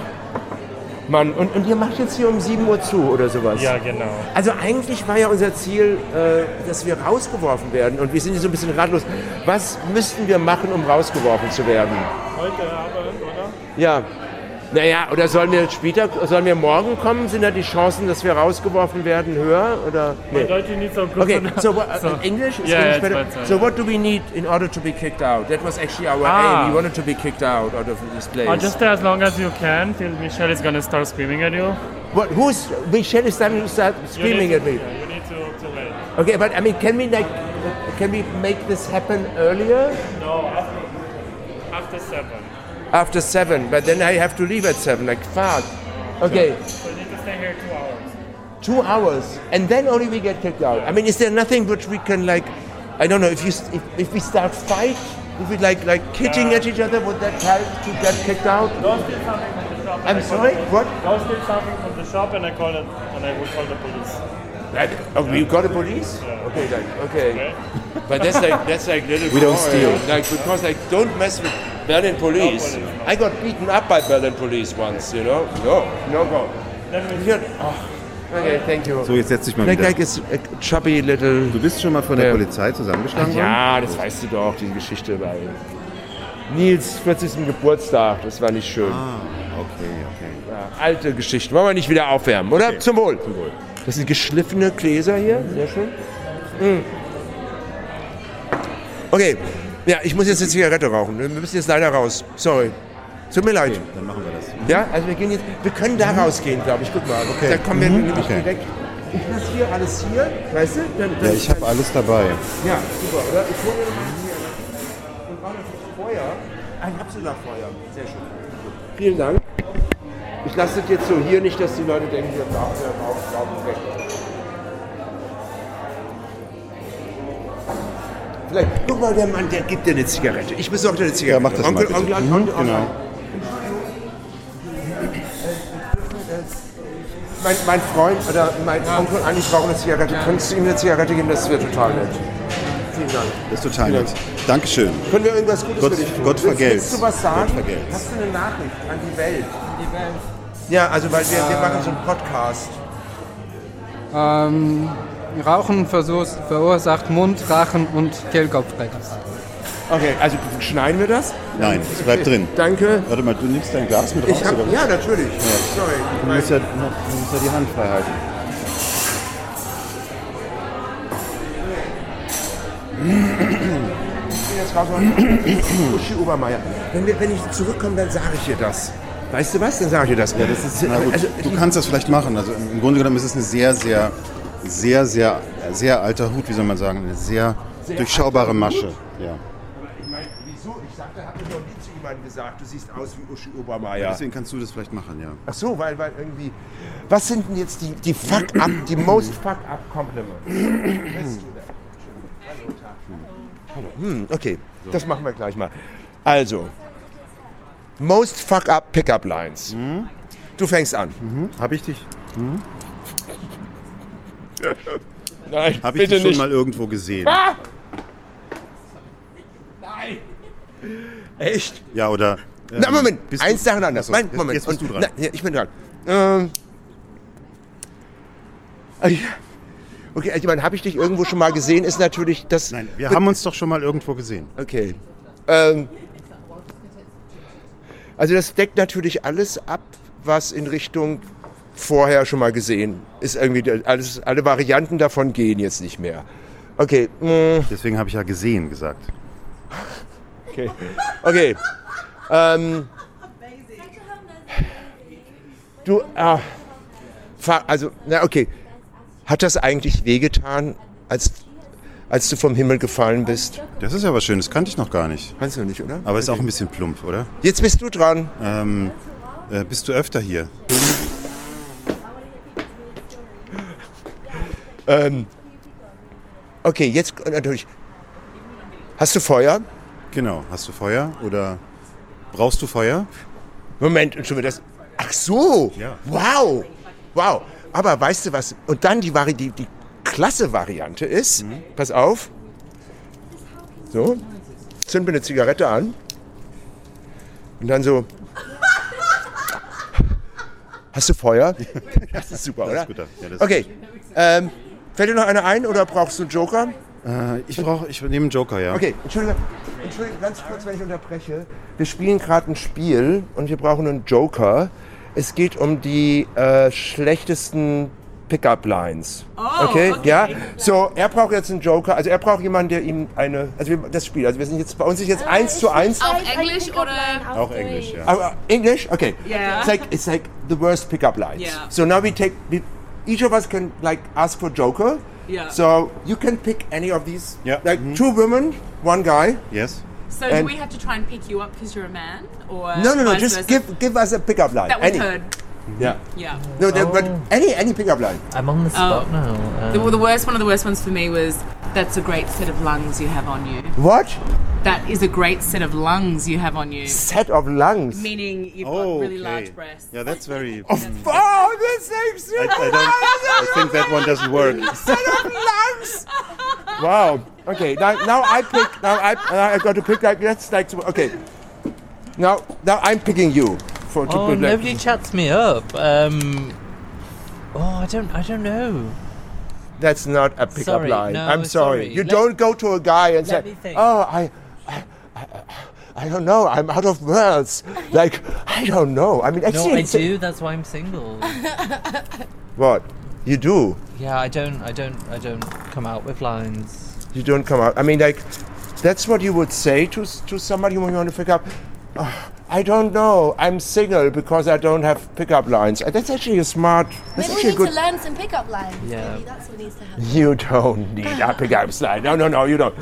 Mann, und, und ihr macht jetzt hier um 7 Uhr zu oder sowas? Ja, genau. Also eigentlich war ja unser Ziel, äh, dass wir rausgeworfen werden und wir sind hier so ein bisschen ratlos. Was müssten wir machen, um rausgeworfen zu werden? Heute Abend, oder? Ja. Naja, oder sollen wir später, sollen wir morgen kommen? Sind da die Chancen, dass wir rausgeworfen werden, höher? Oder? Nee. Deutsch ist nicht so gut. (laughs) Okay, so, what, Oh So. in English is Yeah, English it's better. better. So what do we need in order to be kicked out? That was actually our Ah. aim. We wanted to be kicked out out of this place. Uh, just stay as long as you can till Michelle is gonna start screaming at you. What, who's Michelle is starting to start You need screaming to- at me? Yeah, you need to, to Okay, wait. but I mean, can we like, can we make this happen earlier? No, Oh, after, after seven. After seven, but then I have to leave at seven. Like fuck. Okay, So you need to stay here two hours. two hours, and then only we get kicked out. I mean, is there nothing which we can like? I don't know if you s- if, if we start fight, if we like like hitting at each other, would that help to get kicked out? Go steal something from the shop. and I'm I call sorry. the- What? Go steal something from the shop and I call it, and I will call the police. Like, oh, you got the police? Okay, like, okay. But that's like that's like little. We don't steal. Like because like don't mess with Berlin police. No police, I got beaten up by Berlin police once. You know? No, no go. Then we You're- oh, Okay, thank you. So, jetzt setz dich mal like wieder. like it's a chubby little. Du bist schon mal von der Ja. Polizei zusammengeschlagen worden? Ja, das weißt du doch, die Geschichte bei Nils 40. Geburtstag. Das war nicht schön. Ah, okay, okay. Ja, alte Geschichten. Wollen wir nicht wieder aufwärmen, oder? Zum Wohl. Zum Wohl. Das sind geschliffene Gläser hier. Sehr schön. Hm. Mm. Okay. Ja, ich muss jetzt eine Zigarette rauchen. Wir müssen jetzt leider raus. Sorry. Tut mir leid. Dann machen wir das. Ja, also wir gehen jetzt. Wir können da rausgehen, glaube ich. Guck mal. Okay. Da kommen wir nämlich Mhm. Okay. direkt. Ich lasse hier alles hier, weißt du? Dann, dann Ja, ich habe alles dabei. Ja, super, oder? Ich hole mir noch mal hier. Und brauche natürlich Feuer. Ah, ich habe sogar Feuer. Sehr schön. Vielen Dank. Ich lasse das jetzt so hier nicht, dass die Leute denken, wir brauchen wir brauchen- brauchen weg. Vielleicht, guck mal, der Mann, der gibt dir eine Zigarette. Ich besorge dir eine Zigarette. mach das mal, Onkel, bitte. Onkel, Onkel, Mhm, Onkel, genau. Mein, mein Freund oder mein Onkel Andi braucht eine Zigarette. Könntest du ihm eine Zigarette geben? Das wäre total nett. Vielen Dank. Das ist total nett. Dankeschön. Können wir irgendwas Gutes Gott- für dich tun? Gott willst, vergelt's. willst du was sagen? Gott vergelt's. Hast du eine Nachricht an die Welt? An die Welt. Ja, also weil wir, wir machen so einen Podcast. Ähm, Rauchen versus- verursacht Mund, Rachen und Kehlkopfkrebs. Okay, also schneiden wir das? Nein, es bleibt drin. Danke. Warte mal, du nimmst dein Glas mit raus? Ich hab, oder was? ja, natürlich. Sorry. du, musst ja, du musst ja die Hand frei halten. Ich bin jetzt raus. (clears throat) und- Uschi Obermeier. Wenn, wir, wenn ich zurückkomme, dann sage ich dir das. Weißt du was? Dann sage ich dir das. Ja, das ist, Na gut, also, du kannst das vielleicht machen. Also im im Grunde genommen ist es ein sehr, sehr, sehr, sehr, sehr alter Hut, wie soll man sagen, eine sehr, durchschaubare Masche. Ja. ich meine, wieso? Ich sagte, habe ich noch nie zu jemandem gesagt, du siehst aus wie Uschi Obermeier. Deswegen kannst du das vielleicht machen, ja. Ach so, weil, weil irgendwie. Was sind denn jetzt die, die Fuck-Up, die most Fuck-Up Compliments? Weißt du da? Hallo, Tag. Hallo. Hm, okay, das machen wir gleich mal. Also, most Fuck-Up Pickup Lines. Mhm. Du fängst an. Habe ich dich, (laughs) Nein, Ah! hab ich dich schon mal irgendwo gesehen? Nein. Echt? Ja, oder? ähm, Na, Moment, bist eins du- nacheinander. Achso, Nein, jetzt- Moment. Jetzt bist du Und- dran. Na, ja, ich bin dran. Ähm. Ah, ja. Okay, also, ich meine, habe ich dich irgendwo schon mal gesehen, ist natürlich das. Nein, wir haben uns doch schon mal irgendwo gesehen. Okay. Ähm, also das deckt natürlich alles ab, was in Richtung vorher schon mal gesehen ist. Irgendwie der- alles, alle Varianten davon gehen jetzt nicht mehr. Okay. mm, Deswegen habe ich ja gesehen gesagt. Okay. Okay. Ähm, du, ah, fa- also, na okay. Hat das eigentlich wehgetan, als als du vom Himmel gefallen bist. Das ist ja was Schönes, kannte ich noch gar nicht. Kannst du nicht, oder? Aber ist auch ein bisschen plump, oder? Jetzt bist du dran. Ähm, äh, bist du öfter hier? Ähm, okay, jetzt äh, natürlich. Hast du Feuer? Genau. Hast du Feuer oder brauchst du Feuer? Moment, Entschuldigung, das. Ach so! Ja. Wow! Wow! Aber weißt du was? Und dann die, Vari die, die klasse Variante ist, pass auf. So, zünd mir eine Zigarette an. Und dann so. Hast du Feuer? (laughs) Das ist super, oder? ist guter. Ja, das ist okay. Ähm, fällt dir noch einer ein oder brauchst du einen Joker? Äh, ich brauche, ich nehme einen Joker, ja. Okay, Entschuldigung, Entschuldigung, ganz kurz, wenn ich unterbreche. Wir spielen gerade ein Spiel und wir brauchen einen Joker. Es geht um die äh, schlechtesten Pickup-Lines. Oh, okay? ja. So, er braucht jetzt einen Joker. Also er braucht jemanden, der ihm eine. Also wir, das Spiel. Also wir sind jetzt bei uns ist Äh, jetzt eins zu eins. Auf Englisch oder? Auch Englisch, ja. Oh, uh, English? Okay. Yeah. It's like it's like the worst pickup lines. Yeah. So now we take we, each of us can like ask for Joker. Yeah. So you can pick any of these. Yeah. Like Mhm. two women, one guy. Yes. So And- do we have to try and pick you up because you're a man, or Uh, No, no, no. vice Just versa? give give us a pickup line. that we've any. heard. Yeah. Oh. Yeah. No, there- but any any pickup line. I'm on the uh, spot Oh. now. The, well, the worst one of the worst ones for me was that's a great set of lungs you have on you. What That is a great set of lungs you have on you. set of lungs? Meaning you've Oh, got really okay. large breasts. Yeah, that's (laughs) very. Oh, this thing's I, I, don't, I think that one doesn't work. (laughs) Wow. Okay. Now, now I pick. Now I now I got to pick like that's like okay. Now now I'm picking you for to Oh, put like- nobody chats me up. Um, oh, I don't, I don't know. That's not a pickup Sorry, line. no, I'm sorry. sorry. You Let- don't go to a guy and Let say, me think. "Oh, I, I, I, I don't know. I'm out of words." Like I don't know. I mean, No, actually, I it's a- do. That's why I'm single. What you do? Yeah, I don't, I don't, I don't come out with lines. You don't come out. I mean, like that's what you would say to s- to somebody when you want to pick up. "Ah, I don't know. I'm single because I don't have pickup lines. Uh, That's actually a smart. That's Maybe we actually a need good. to learn some pickup lines. Yeah. Maybe that's what needs to happen. You don't need a pickup line. No, no, no. You don't.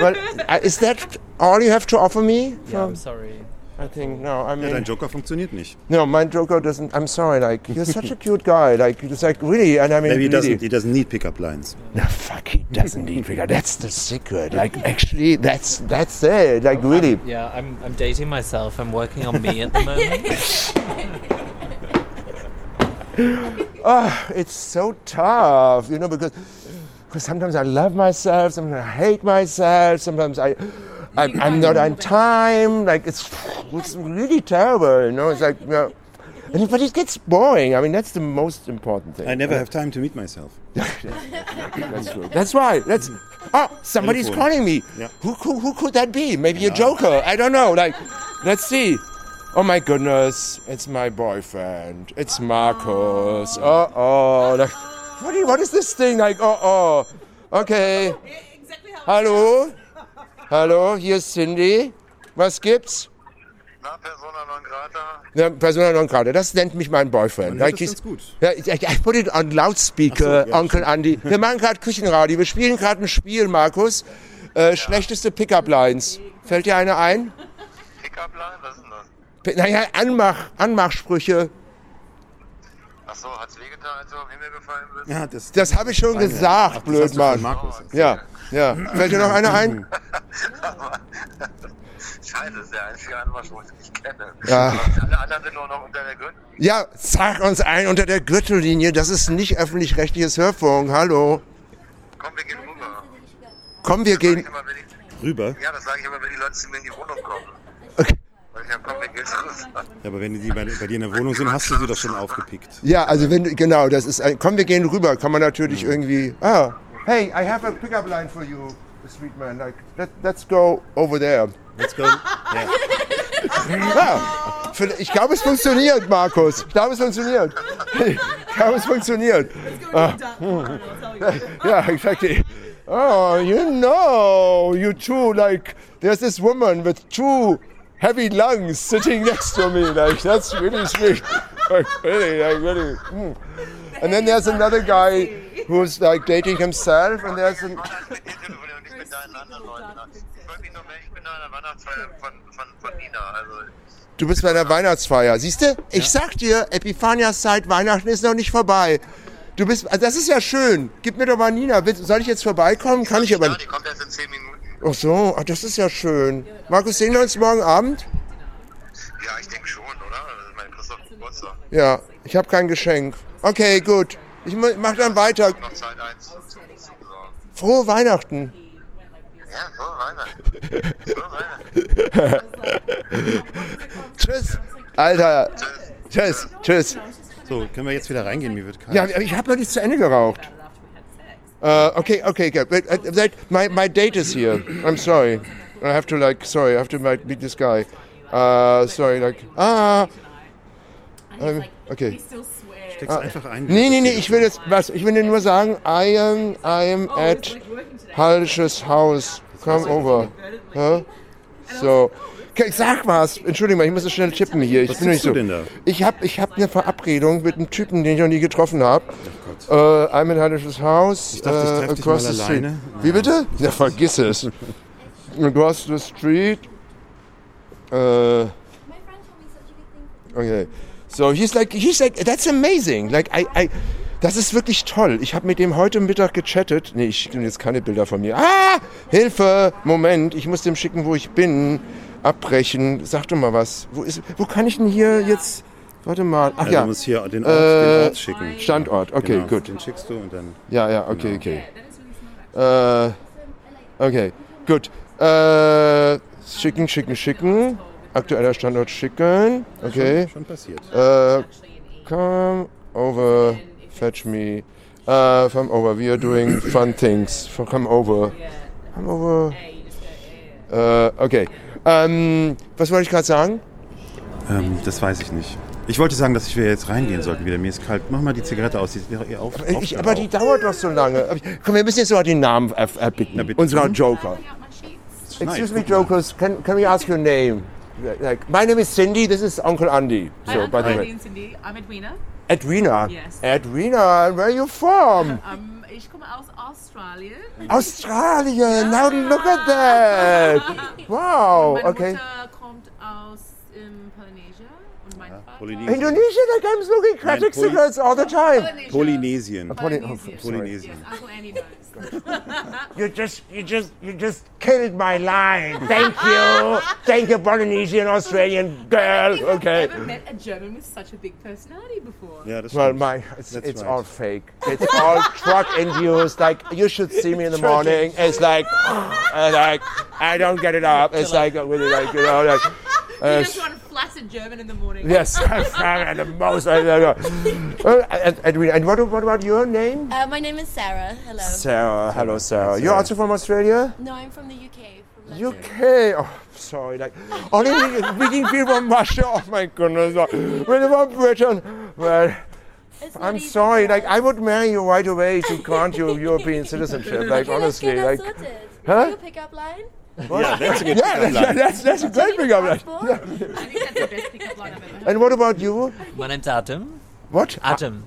Well, uh, is that all you have to offer me? Yeah, I'm sorry. I think no. I mean, Ja, dein Joker funktioniert nicht. No, my Joker doesn't. I'm sorry. Like you're such a cute guy. Like it's like really, and I mean Maybe he really. doesn't, he doesn't need pickup lines. No, fuck, he doesn't need figure. That's the secret. Like actually, that's that's it. Like really. Yeah, I'm, I'm dating myself. I'm working on me at the moment. (sighs) it's so tough, you know, because because sometimes I love myself, sometimes I hate myself, sometimes I, I I'm not on time. Like it's it's really terrible, you know. It's like you know, and but it gets boring. I mean, that's the most important thing. I never have time to meet myself. That's true. That's right. That's oh, somebody's Telephone. calling me. Yeah. Who, who who could that be? Maybe a joker. I don't know. Like, let's see. Oh my goodness, it's my boyfriend. It's Marcus. Uh oh. Like, what, do you- what is this thing? Like, uh oh. Okay. Hallo. Hallo, hier ist Cindy. Was gibt's? Na, Persona non grata. Na, Persona non grata. Das nennt mich mein Boyfriend. Man hört das he's- ganz gut. ja, ich, ich, ich put it on Loudspeaker, Ach so, ja, Onkel Andy. (laughs) Wir machen gerade Küchenradio. Wir spielen gerade ein Spiel, Markus. Äh, Schlechteste Pickup-Lines. Fällt dir eine ein? Pickup Line? Was ist denn das? P- Naja, Anmach, Anmachsprüche. Achso, hat's wehgetan, als du am Himmel gefallen bist? Ja, das, Das habe ich schon Nein, gesagt, ach, das hast du von Blödmann. Markus Mhm. erzählt. Ja, ja. Fällt dir noch eine ein? Scheiße, das ist der einzige Anmachspruch, den ich kenne. Ja. Alle anderen sind nur noch unter der Gürtel. Ja, sag uns ein unter der Gürtellinie. Das ist nicht öffentlich-rechtliches Hörfunk. Hallo. Komm, wir gehen rüber. Komm, wir Sag ich gehen. immer, wenn ich, rüber. ja, das sage ich immer, wenn die Leute zu mir in die Wohnung kommen. Weil ich ja, komm, wir gehen rüber. Ja, aber wenn die bei, bei dir in der Wohnung sind, hast du sie doch schon aufgepickt. Ja, also wenn du- genau, das ist ein, komm, wir gehen rüber, kann man Mhm. natürlich irgendwie. Ah, hey, I have a pickup line for you, sweet man. Like, let, let's go over there. Let's (laughs) go. Ja, Ah, für- ich glaube, es funktioniert, Markus. Ich glaube, es funktioniert. (laughs) Ich glaube, es funktioniert. Ah. (laughs) Ja, exactly. Oh, you know, you two, like, there's this woman with two heavy lungs sitting (laughs) next to me. Like, that's really sweet. Like, really, like, really. mm. And then there's another guy who's, like, dating himself, and there's an, Mann hat mit dir telefoniert deinen anderen Leuten an. Ich wollte mich nur melden, ich bin da an der Weihnachtsfeier von, von, von Nina. Also, Du bist bei der Weihnachtsfeier. Siehst du? Ich sag dir, Epiphanias Zeit, Weihnachten ist noch nicht vorbei. Du bist, also das ist ja schön. Gib mir doch mal Nina. Willst- Soll ich jetzt vorbeikommen? Kann ich aber nicht. kommt erst in 10 Minuten. Ach so, ach, das ist ja schön. Markus, sehen wir uns morgen Abend? Ja, ich denke schon, oder? Das ist mein Christoph Geburtstag. Ja, ich habe kein Geschenk. Okay, gut. Ich mu- mach dann weiter. Noch Zeit, eins zu, zu, zu sagen. Frohe Weihnachten. Ja, so Weihnachten. So Weihnachten. Tschüss. Alter. Tschüss. Tschüss. So, können wir jetzt wieder reingehen? Mir wird kalt. Ja, ich habe noch nicht zu Ende geraucht. Uh, okay, okay, good. But, uh, that, my, my date is here. I'm sorry. I have to like, sorry, I have to like, meet this guy. Uh, sorry, like, ah. Um, okay. Steck's einfach ein. Ah. Nee, nee, nee, ich will jetzt was. Ich will dir nur sagen, I am, I Oh, am at Halsches Haus. Come over. Huh? So. Okay, Sag was. Entschuldigung, mal, ich muss so schnell tippen hier. Ich Was bin nicht tippst so. du denn da? Ich habe ich hab eine Verabredung mit einem Typen, den ich noch nie getroffen habe. Äh, I'm at Halsches Haus. Oh Ich dachte, ich treff äh, dich mal across the street. alleine. Wie bitte? Ja, (laughs) vergiss es. Across the street. Äh, Okay. So he's like, he's like, that's amazing. Like I, I, das ist wirklich toll. Ich habe mit dem heute Mittag gechattet. Nee, ich nehme jetzt keine Bilder von mir. Ah, Hilfe, Moment, ich muss dem schicken, wo ich bin. Abbrechen. Sag doch mal was. Wo ist, wo kann ich denn hier jetzt? Warte mal. Ach Ja, ja. Äh, du musst hier den Ort- den Ort schicken. Standort. Okay, Genau, gut. den schickst du und dann- Ja, ja. Okay, Genau. okay. Äh, okay, gut. Äh, schicken, schicken, schicken. Aktueller Standort schicken. Okay. Schon- schon passiert. Äh, come over, fetch me. Äh, come over, we are doing fun things. Come over. Come over. Äh, okay. Ähm, was wollte ich gerade sagen? Ähm, das weiß ich nicht. Ich wollte sagen, dass ich wir jetzt reingehen sollten wieder. Mir ist kalt. Mach mal die Zigarette aus. Die ist eher auf, auf Ich, aber die dauert doch so lange. Aber ich- Komm, wir müssen jetzt noch den Namen er- erbitten. Unserer Joker. schneit. Excuse me, Jokers, can, can we ask your name? Like, my name is Cindy, this is Uncle Andy. Hi, So, Uncle by the Andy way. and Cindy. I'm Edwina. Edwina. Yes. Edwina, where are you from? (laughs) Um, ich komme aus Australien. Australien. Now Ah. look at (laughs) that. Wow. Meine Okay. Mutter kommt aus ähm, Polynesia und Ah, mein Vater Polynesien. Indonesia, like I'm looking Nein, Celtic Poly- cigarettes all the Oh, time. Polynesien. Oh, Polynesien. Polynesien. Uncle (laughs) Andy knows. You just, you just, you just killed my line. Thank (laughs) you. Thank you, Polynesian Australian girl. Okay. Never met a German with such a big personality before. Ja, das Well, stimmt. my, it's, That's it's right. all fake. It's all drug induced. Like you should see me in the morning. It's like, uh, like I don't get it up. It's like uh, really like you know like. uh, You just want flaccid German in the morning. (laughs) Yes, I'm (laughs) sorry, and the most. I don't know. Uh, and, and, we- and what, what about your name? Uh, my name is Sarah. Hello. Sarah. Hello, Sarah. You're also from Australia? No, I'm from the UK. From London. UK. Oh, sorry. Like, only speaking people from Russia. Oh, my goodness. Really from Britain. Well, It's not I'm easy sorry. for Like, us. I would marry you right away to grant you European citizenship. Like, Okay, let's honestly. get that Like, sorted. Huh? You a pickup line? Yeah, that's a good yeah, pickup that's, line. (laughs) that's, that's a great pickup line. Passport? I think that's the best pickup line (laughs) I've ever heard. And what about you? My name's Adam. What? Adam.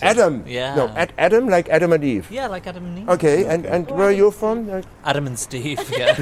Adam. Yeah. No, Ad- Adam, like Adam and Eve. Yeah, like Adam and Eve. Okay, and, and where are you from? Like, Adam and Steve. Yeah.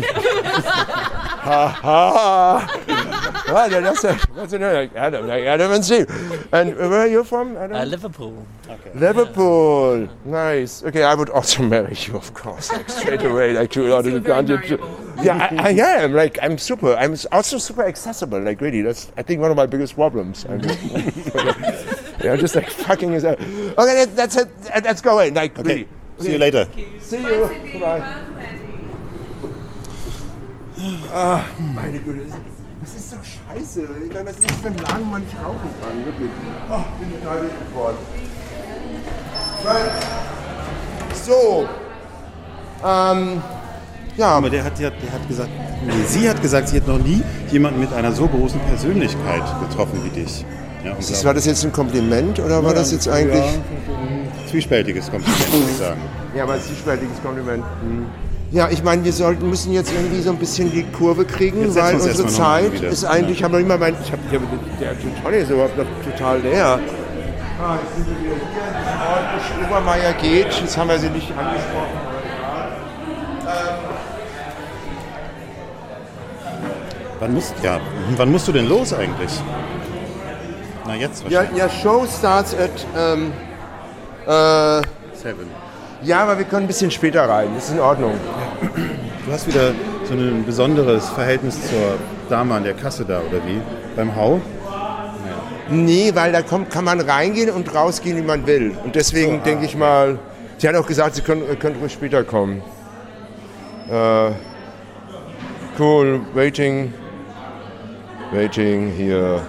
Ah, (laughs) well, then that's a, that's a like Adam, like Adam and Steve. And where are you from, Adam? uh, Liverpool. Liverpool. Nice. Okay, I would also (laughs) marry you, of course, like straight away, like to order the Yeah, I, I am. Like I'm super. I'm s- also super accessible. Like really, that's I think one of my biggest problems. I'm just, (laughs) yeah, I'm just like fucking is. Okay, that, that's it. That- Let's go in. Like really. Okay. See you later. See you. Bye. Ah, meine Güte. das ist- Das ist so scheiße. Ich kann das nicht für einen Laden man nicht rauchen kann. Wirklich. Oh, bin ich neidisch geworden. Weil- So. Ähm, ja, Aber der hat, ja- der hat gesagt, nee, sie hat gesagt, sie hat noch nie jemanden mit einer so großen Persönlichkeit getroffen wie dich. Ja, das- war das jetzt ein Kompliment oder war das jetzt eigentlich... Ja, zwiespältiges Kompliment, würde ich sagen. Ja, aber ein zwiespältiges Kompliment. Hm. Ja, ich meine, wir sollten, müssen jetzt irgendwie so ein bisschen die Kurve kriegen, Jetzt setzen weil wir uns unsere erst mal noch Zeit wieder. ist eigentlich, ich habe noch nicht mal mein, ich habe, der, der Tonne ist überhaupt noch total leer. Ah, jetzt sind wir wieder hier, Obermeier geht, jetzt haben wir sie nicht angesprochen. Ähm, Wann musst, ja, wann musst du denn los eigentlich? Na, jetzt Ja, wahrscheinlich. ja, Show starts at ähm, äh, Seven. Ja, aber wir können ein bisschen später rein. Ist in Ordnung. Du hast wieder so ein besonderes Verhältnis zur Dame an der Kasse da, oder wie? Beim Hau? Nee, weil da kommt, kann man reingehen und rausgehen, wie man will. Und deswegen ah, denke ich mal, sie hat auch gesagt, sie können, können ruhig später kommen. Äh, cool, waiting. Waiting here.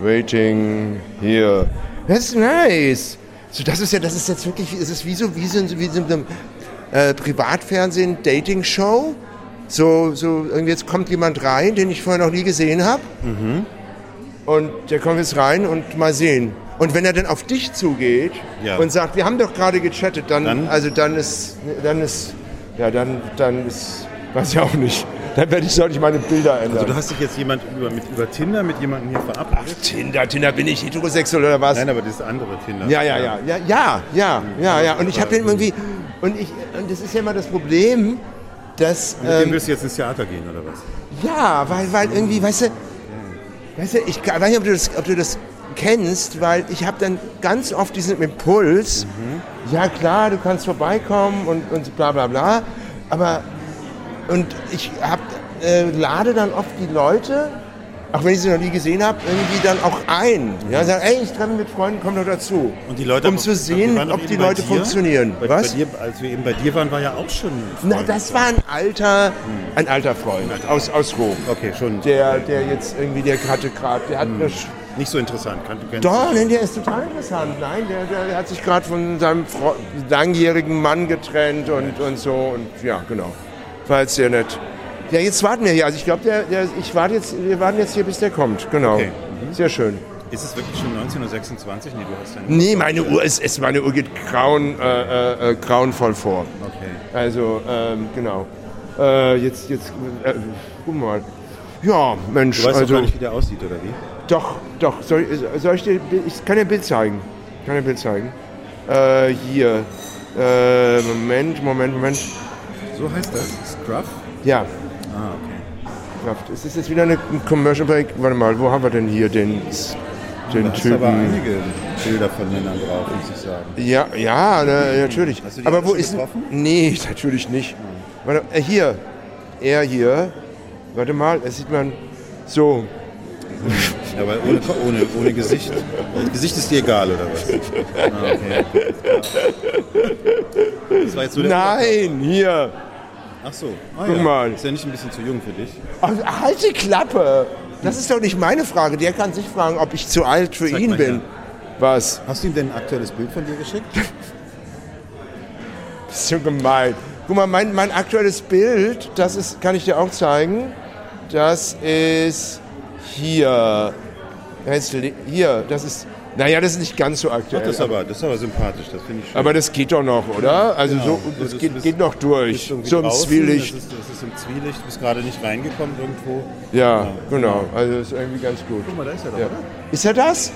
Waiting here. That's nice. So, das ist ja, das ist jetzt wirklich, es ist wie so, wie so, in- wie so in einem äh, Privatfernsehen, Dating-Show. So, so, irgendwie jetzt kommt jemand rein, den ich vorher noch nie gesehen habe. Und der kommt jetzt rein und mal sehen. Und wenn er dann auf dich zugeht Ja. und sagt, wir haben doch gerade gechattet, dann, Dann? also dann ist, dann ist, ja, dann, dann ist, weiß ich auch nicht. Dann werde ich, sollte ich meine Bilder ändern. Also du hast dich jetzt jemand über, mit, über Tinder mit jemandem hier verabredet? Ach, Tinder, Tinder, bin ich heterosexuell oder was? Nein, aber das andere Tinder. Ja, ja, ja, ja, ja, ja, ja, ja. Und ich habe den irgendwie, und ich, und das ist ja immer das Problem, dass, Mit dem ähm, wirst du jetzt ins Theater gehen, oder was? ja, weil, weil irgendwie, weißt du, weißt du, ich weiß nicht, ob du das, ob du das kennst, weil ich habe dann ganz oft diesen Impuls, Mhm. ja klar, du kannst vorbeikommen und, und bla bla bla, aber, und ich hab, äh, lade dann oft die Leute, auch wenn ich sie noch nie gesehen habe, irgendwie dann auch ein. Ja, sagen, ey, ich treffe mich mit Freunden, komm doch dazu. Und die Leute also um zu sehen, waren doch ob eben die bei Leute dir. funktionieren. Bei, Was? Bei dir, als wir eben bei dir waren, war ja auch schon. ein Na, Freund. das war ein Hm. alter, ein alter Freund aus, aus Rom. Okay, schon. Der, der jetzt irgendwie, der hatte gerade, der hat Hm. eine Sch- Nicht so interessant. Kann, kennst Doch, du- nein, der ist total interessant. Nein, der, der, der hat sich gerade von seinem Fre langjährigen Mann getrennt und, und so. Und ja, genau. War jetzt sehr nett. Ja, jetzt warten wir hier. Also ich glaube, der, der, ich warte jetzt, wir warten jetzt hier, bis der kommt. Genau. Okay. Sehr schön. Ist es wirklich schon 1926? Nee, du hast ja Nee, meine Uhr ist, ist meine Uhr geht grauen, äh, äh, äh, grauenvoll vor. Okay. Also, ähm, genau. Äh, jetzt, jetzt, äh, guck mal. Ja, Mensch, Du weißt also. doch gar nicht, wie der aussieht, oder wie? Doch, doch. Soll, soll ich dir. Ich kann dir ein Bild zeigen. Ich kann dir ein Bild zeigen. Äh, hier. Äh, Moment, Moment, Moment. So heißt das? Scruff? Ja, Ah, okay. Kraft. Es ist jetzt wieder eine ein Commercial Break. Warte mal, wo haben wir denn hier den, Da den hast du aber Typen? einige Bilder von Männern drauf, muss ich sagen. Ja, ja, na, natürlich. Hast du die Aber alle wo schon ist. getroffen? Nee, (laughs) natürlich nicht. Warte, äh, hier. Er hier. Warte mal, da sieht man. So, Ja, aber ohne, ohne, ohne Gesicht. Das Gesicht ist dir egal, oder was? Ah, okay. Das war jetzt so der Nein, hier. Ach so. Ah, Guck ja. mal. Ist ja nicht ein bisschen zu jung für dich. Ach, Halt die Klappe! Das ist doch nicht meine Frage. Der kann sich fragen, ob ich zu alt für Zeig ihn mal bin. Was? Hast du ihm denn ein aktuelles Bild von dir geschickt? Das ist schon gemein. Guck mal, mein, mein aktuelles Bild, das ist, kann ich dir auch zeigen. Das ist hier. Das ist li- hier, das ist. Naja, das ist nicht ganz so Ach, aktuell. das, ist aber, das ist aber sympathisch, das finde ich schön. aber das geht doch noch, oder? Also Genau. so, es du geht, bist- geht noch bist durch. irgendwie So im draußen, Zwielicht. Das ist, das ist im Zwielicht, du bist gerade nicht reingekommen irgendwo. Ja, genau. Also das ist irgendwie ganz gut. Guck mal, da ist er doch, Ja. oder? Ist er das?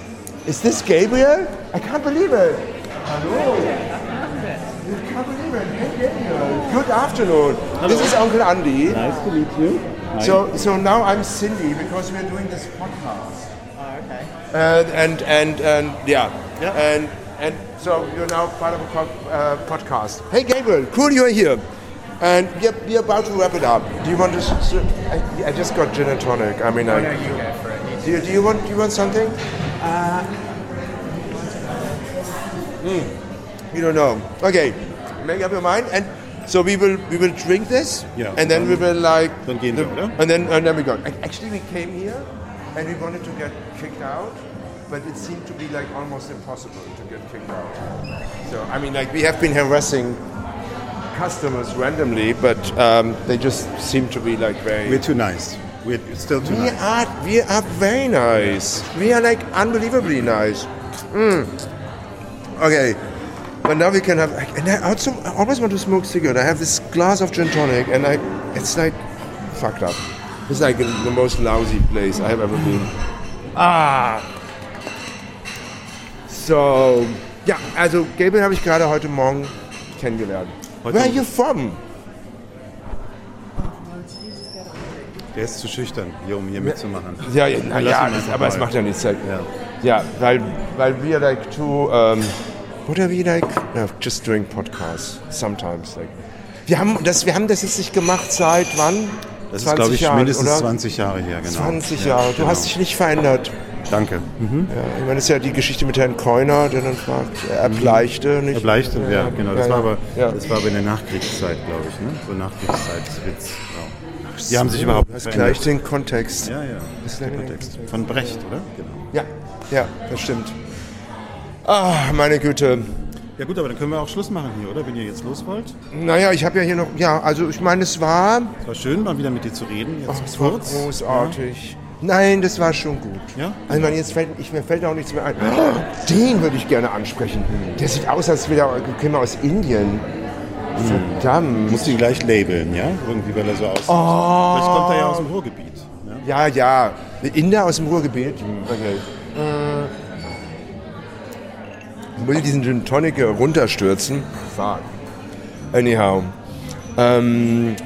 Ist das Gabriel? I can't believe it. Hallo. I can't believe it. Hey Gabriel. Good afternoon. This is Uncle Andy. Nice to meet you. So, so now I'm Cindy because we're doing this podcast. Uh, and and and yeah. And and so you're now part of a po- uh, podcast. Hey Gabriel, cool you're here. And we're, we're about to wrap it up. Do you want to? s- s- I, I just got gin and tonic. I mean, I, do, you, Uh, do you want do you want something? Hmm. You don't know. Okay, make up your mind, and so we will we will drink this, Yeah. and then we will like, Dann gehen wir, oder? and then and then we go. Ac- Actually, we came here, and we wanted to get kicked out, but it seemed to be like almost impossible to get kicked out. So I mean, like we have been harassing customers randomly, but um, they just seem to be like very. We're too nice. We're still too we nice. are we are very nice. We are like unbelievably nice. Mm. Okay, but now we can have. And I also I always want to smoke cigarette. I have this glass of gin tonic, and I it's like fucked up. It's like the most lousy place I have ever been. Ah. So ja, also Gabriel habe ich gerade heute Morgen kennengelernt. Where are you from? Der ist zu schüchtern, hier um hier mitzumachen. Ja, ja, na, Lass ihn ja das, einfach aber es mal. macht ja nichts. Ja, ja weil, weil wir like to. Um, what are we like? No, just doing podcasts. Sometimes like. Wir haben das, wir haben das jetzt nicht gemacht seit wann? Das ist, glaube ich, 20 Jahren, mindestens oder? 20 Jahre her, genau. 20 Ja, Jahre. Du genau. hast dich nicht verändert. Danke. Ja, ich meine, das ist ja die Geschichte mit Herrn Keuner, der dann fragt, er erbleichte nicht. Erbleichte, Mhm. ja, genau. Das, ja, War aber, ja. das war aber in der Nachkriegszeit, glaube ich. Ne? So Nachkriegszeitswitz. Ja. Ach Die haben sich so, überhaupt du nicht hast verändert. gleich den Kontext. Ja, ja. Das ist der Kontext. Von Brecht, oder? Genau. Ja, ja, das stimmt. Ah, meine Güte. Ja gut, aber dann können wir auch Schluss machen hier, oder? Wenn ihr jetzt los wollt. Naja, ich habe ja hier noch, ja, also ich meine, es war, Es war schön, mal wieder mit dir zu reden. Jetzt Ach, es war kurz. großartig. Nein, das war schon gut. Ja? Also man, jetzt fällt, ich, mir fällt auch nichts mehr ein. Den würde ich gerne ansprechen. Der sieht aus, als wäre er käme aus Indien. Hm. Verdammt. Muss ihn gleich labeln, ja? Irgendwie, weil er so aussieht. Oh. Vielleicht kommt er ja aus dem Ruhrgebiet. ne? Ja? Ja, ja. Eine Inder aus dem Ruhrgebiet. Okay. Äh. Ich will diesen Gin Tonic hier runterstürzen. Fuck. Anyhow. Ähm,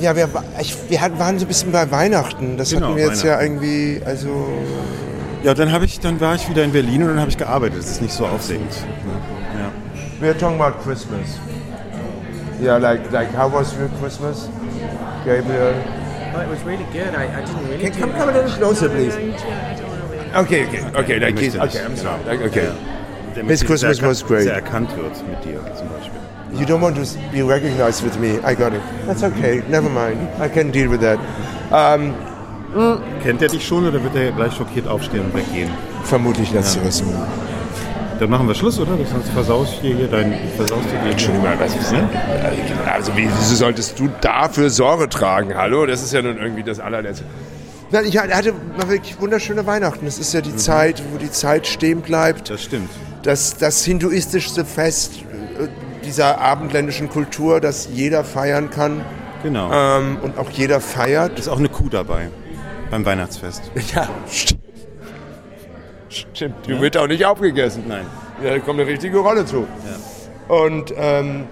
ja, wir, wa- ich, wir hatten- waren so ein bisschen bei Weihnachten. Das Genau, hatten wir jetzt ja Weihnachten. irgendwie, also... Ja, dann, hab ich, dann war ich wieder in Berlin und dann habe ich gearbeitet. Das ist nicht so aufregend. Ja. We're talking about Christmas. Yeah, like, like how was your Christmas, Gabriel? Oh, it was really good. I, I didn't really. Can- come- come a little closer, please. Okay, okay, okay, like, Möchte okay, nicht. I'm Genau. sorry. Like, okay. Ja. Damit His sie- Christmas sehr- was great. Sehr erkannt wird mit dir zum Beispiel. You don't want to be recognized with me. I got it. That's okay. Never mind. I can deal with that. Um, Kennt er dich schon oder wird er gleich schockiert aufstehen und weggehen? vermutlich letzteres. Dann machen wir Schluss, oder? Sonst versaust du hier dein... Versaust du dir Entschuldigung, mal, was ist denn? ne? Also, wie, wieso solltest du dafür Sorge tragen? Hallo, das ist ja nun irgendwie das allerletzte. Nein, ich hatte wirklich wunderschöne Weihnachten. Das ist ja die Zeit, wo die Zeit stehen bleibt. Das stimmt. das, das hinduistischste Fest äh, dieser abendländischen Kultur, das jeder feiern kann Genau. ähm, und auch jeder feiert. Ist auch eine Kuh dabei beim Weihnachtsfest. Ja, stimmt. Stimmt, die wird auch nicht aufgegessen. Nein. Ja, da kommt eine richtige Rolle zu. Und ähm,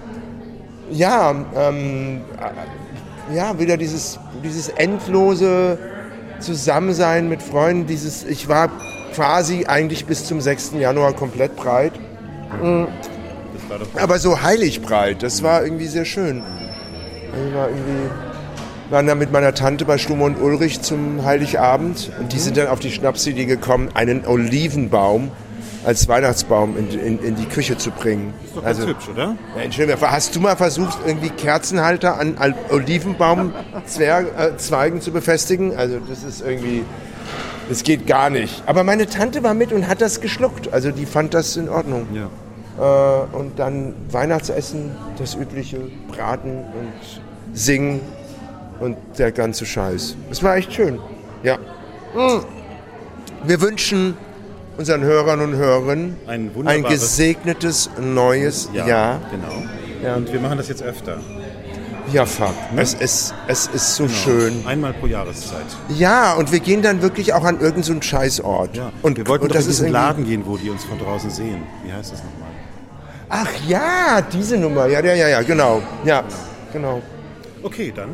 ja, ähm, äh, ja, wieder dieses, dieses endlose Zusammensein mit Freunden, dieses, ich war quasi eigentlich bis zum 6. Januar komplett breit. Mhm. Das war doch Aber so heilig breit, das war irgendwie sehr schön. Also Ich war irgendwie waren dann mit meiner Tante bei Stumme und Ulrich zum Heiligabend und die sind Mhm. dann auf die Schnapsidee gekommen, einen Olivenbaum als Weihnachtsbaum in, in, in die Küche zu bringen. Also Ist doch ganz hübsch, oder? Entschuldigung, hast du mal versucht, irgendwie Kerzenhalter an Al- Olivenbaumzwerg- äh, Zweigen zu befestigen? Also das ist irgendwie, das geht gar nicht. Aber meine Tante war mit und hat das geschluckt. Also die fand das in Ordnung. Ja. Äh, und dann Weihnachtsessen, das übliche, Braten und Singen und der ganze Scheiß. Es war echt schön. Ja. Mm. Wir wünschen unseren Hörern und Hörerinnen Ein ein wunderbares- gesegnetes neues Ja, Jahr. genau. Und wir machen das jetzt öfter. Ja, fuck. Es, ist, es ist so schön. Genau. Einmal pro Jahreszeit. Ja, und wir gehen dann wirklich auch an irgendeinen so einen Scheißort. Ja. Und wir wollten und doch in diesen irgendwie- Laden gehen, wo die uns von draußen sehen. Wie heißt das nochmal? Ach ja, diese Nummer. Ja, ja, ja, ja, genau. Ja, genau. Okay, dann.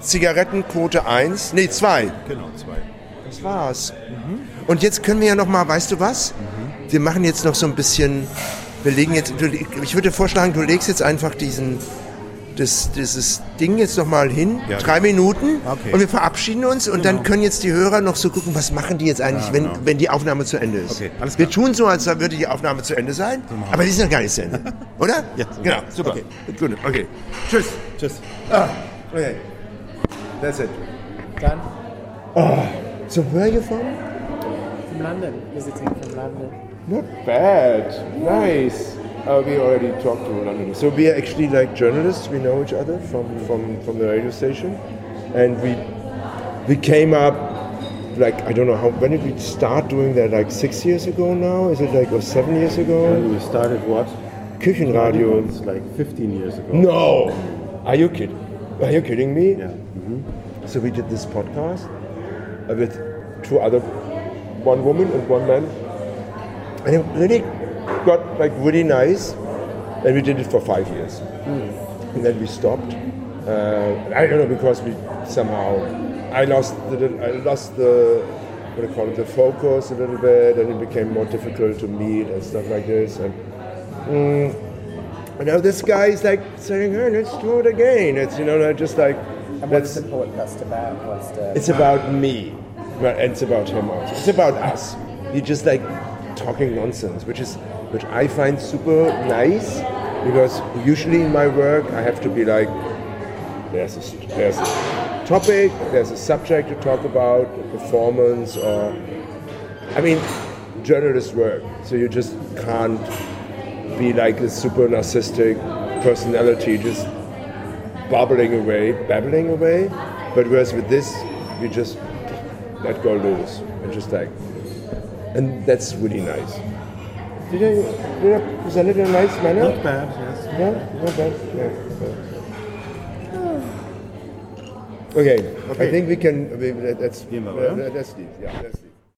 Zigarettenquote 1, nee 2. Genau, zwei. Das war's. Und jetzt können wir ja noch mal, weißt du was? Wir machen jetzt noch so ein bisschen, wir legen jetzt, du, ich würde vorschlagen, du legst jetzt einfach diesen, das, dieses Ding jetzt noch mal hin, Ja, genau. drei Minuten Okay. und wir verabschieden uns und dann können jetzt die Hörer noch so gucken, was machen die jetzt eigentlich, wenn, genau. wenn die Aufnahme zu Ende ist. Okay, alles wir klar. tun so, als würde die Aufnahme zu Ende sein, machen aber die ist noch gar nicht (laughs) zu Ende, oder? Ja, genau. super. Okay. Gut, okay. Tschüss. Tschüss. Ah, okay. That's it. Oh, Done. So, where are you from? From London. Visiting from London. Not bad. Nice. Uh, we already talked to one another. So we are actually like journalists. We know each other from, from, from the radio station, and we we came up like I don't know how when did we start doing that? Like six years ago now? Is it like or seven years ago? We started what? Küchenradio. It's like 15 years ago. No. Are you kidding? Are you kidding me? Yeah. So we did this podcast uh, with two other, one woman and one man, and it really got like really nice, and we did it for five years, and then we stopped, Uh, I don't know because we somehow I lost the I lost the what do you call it the focus a little bit, and it became more difficult to meet and stuff like this. And mm, now this guy is like saying, "Hey, let's do it again." It's you know like, just like And what's the podcast about? What's the... it's about me, but it's about him also. It's about us. You just like talking nonsense, which is which I find super nice because usually in my work I have to be like, there's a, there's a topic, there's a subject to talk about, a performance, or I mean, journalist work. So you just can't be like a super narcissistic personality, just bubbling away, babbling away. But whereas with this, you just let go loose and just like, and that's really nice. Did I, did I present it in a nice manner? Not bad, yes. Yeah, not bad. Yeah, Okay, I Okay. think we can. We, that's Gehen wir, yeah, oder? that's deep. Yeah, that's deep.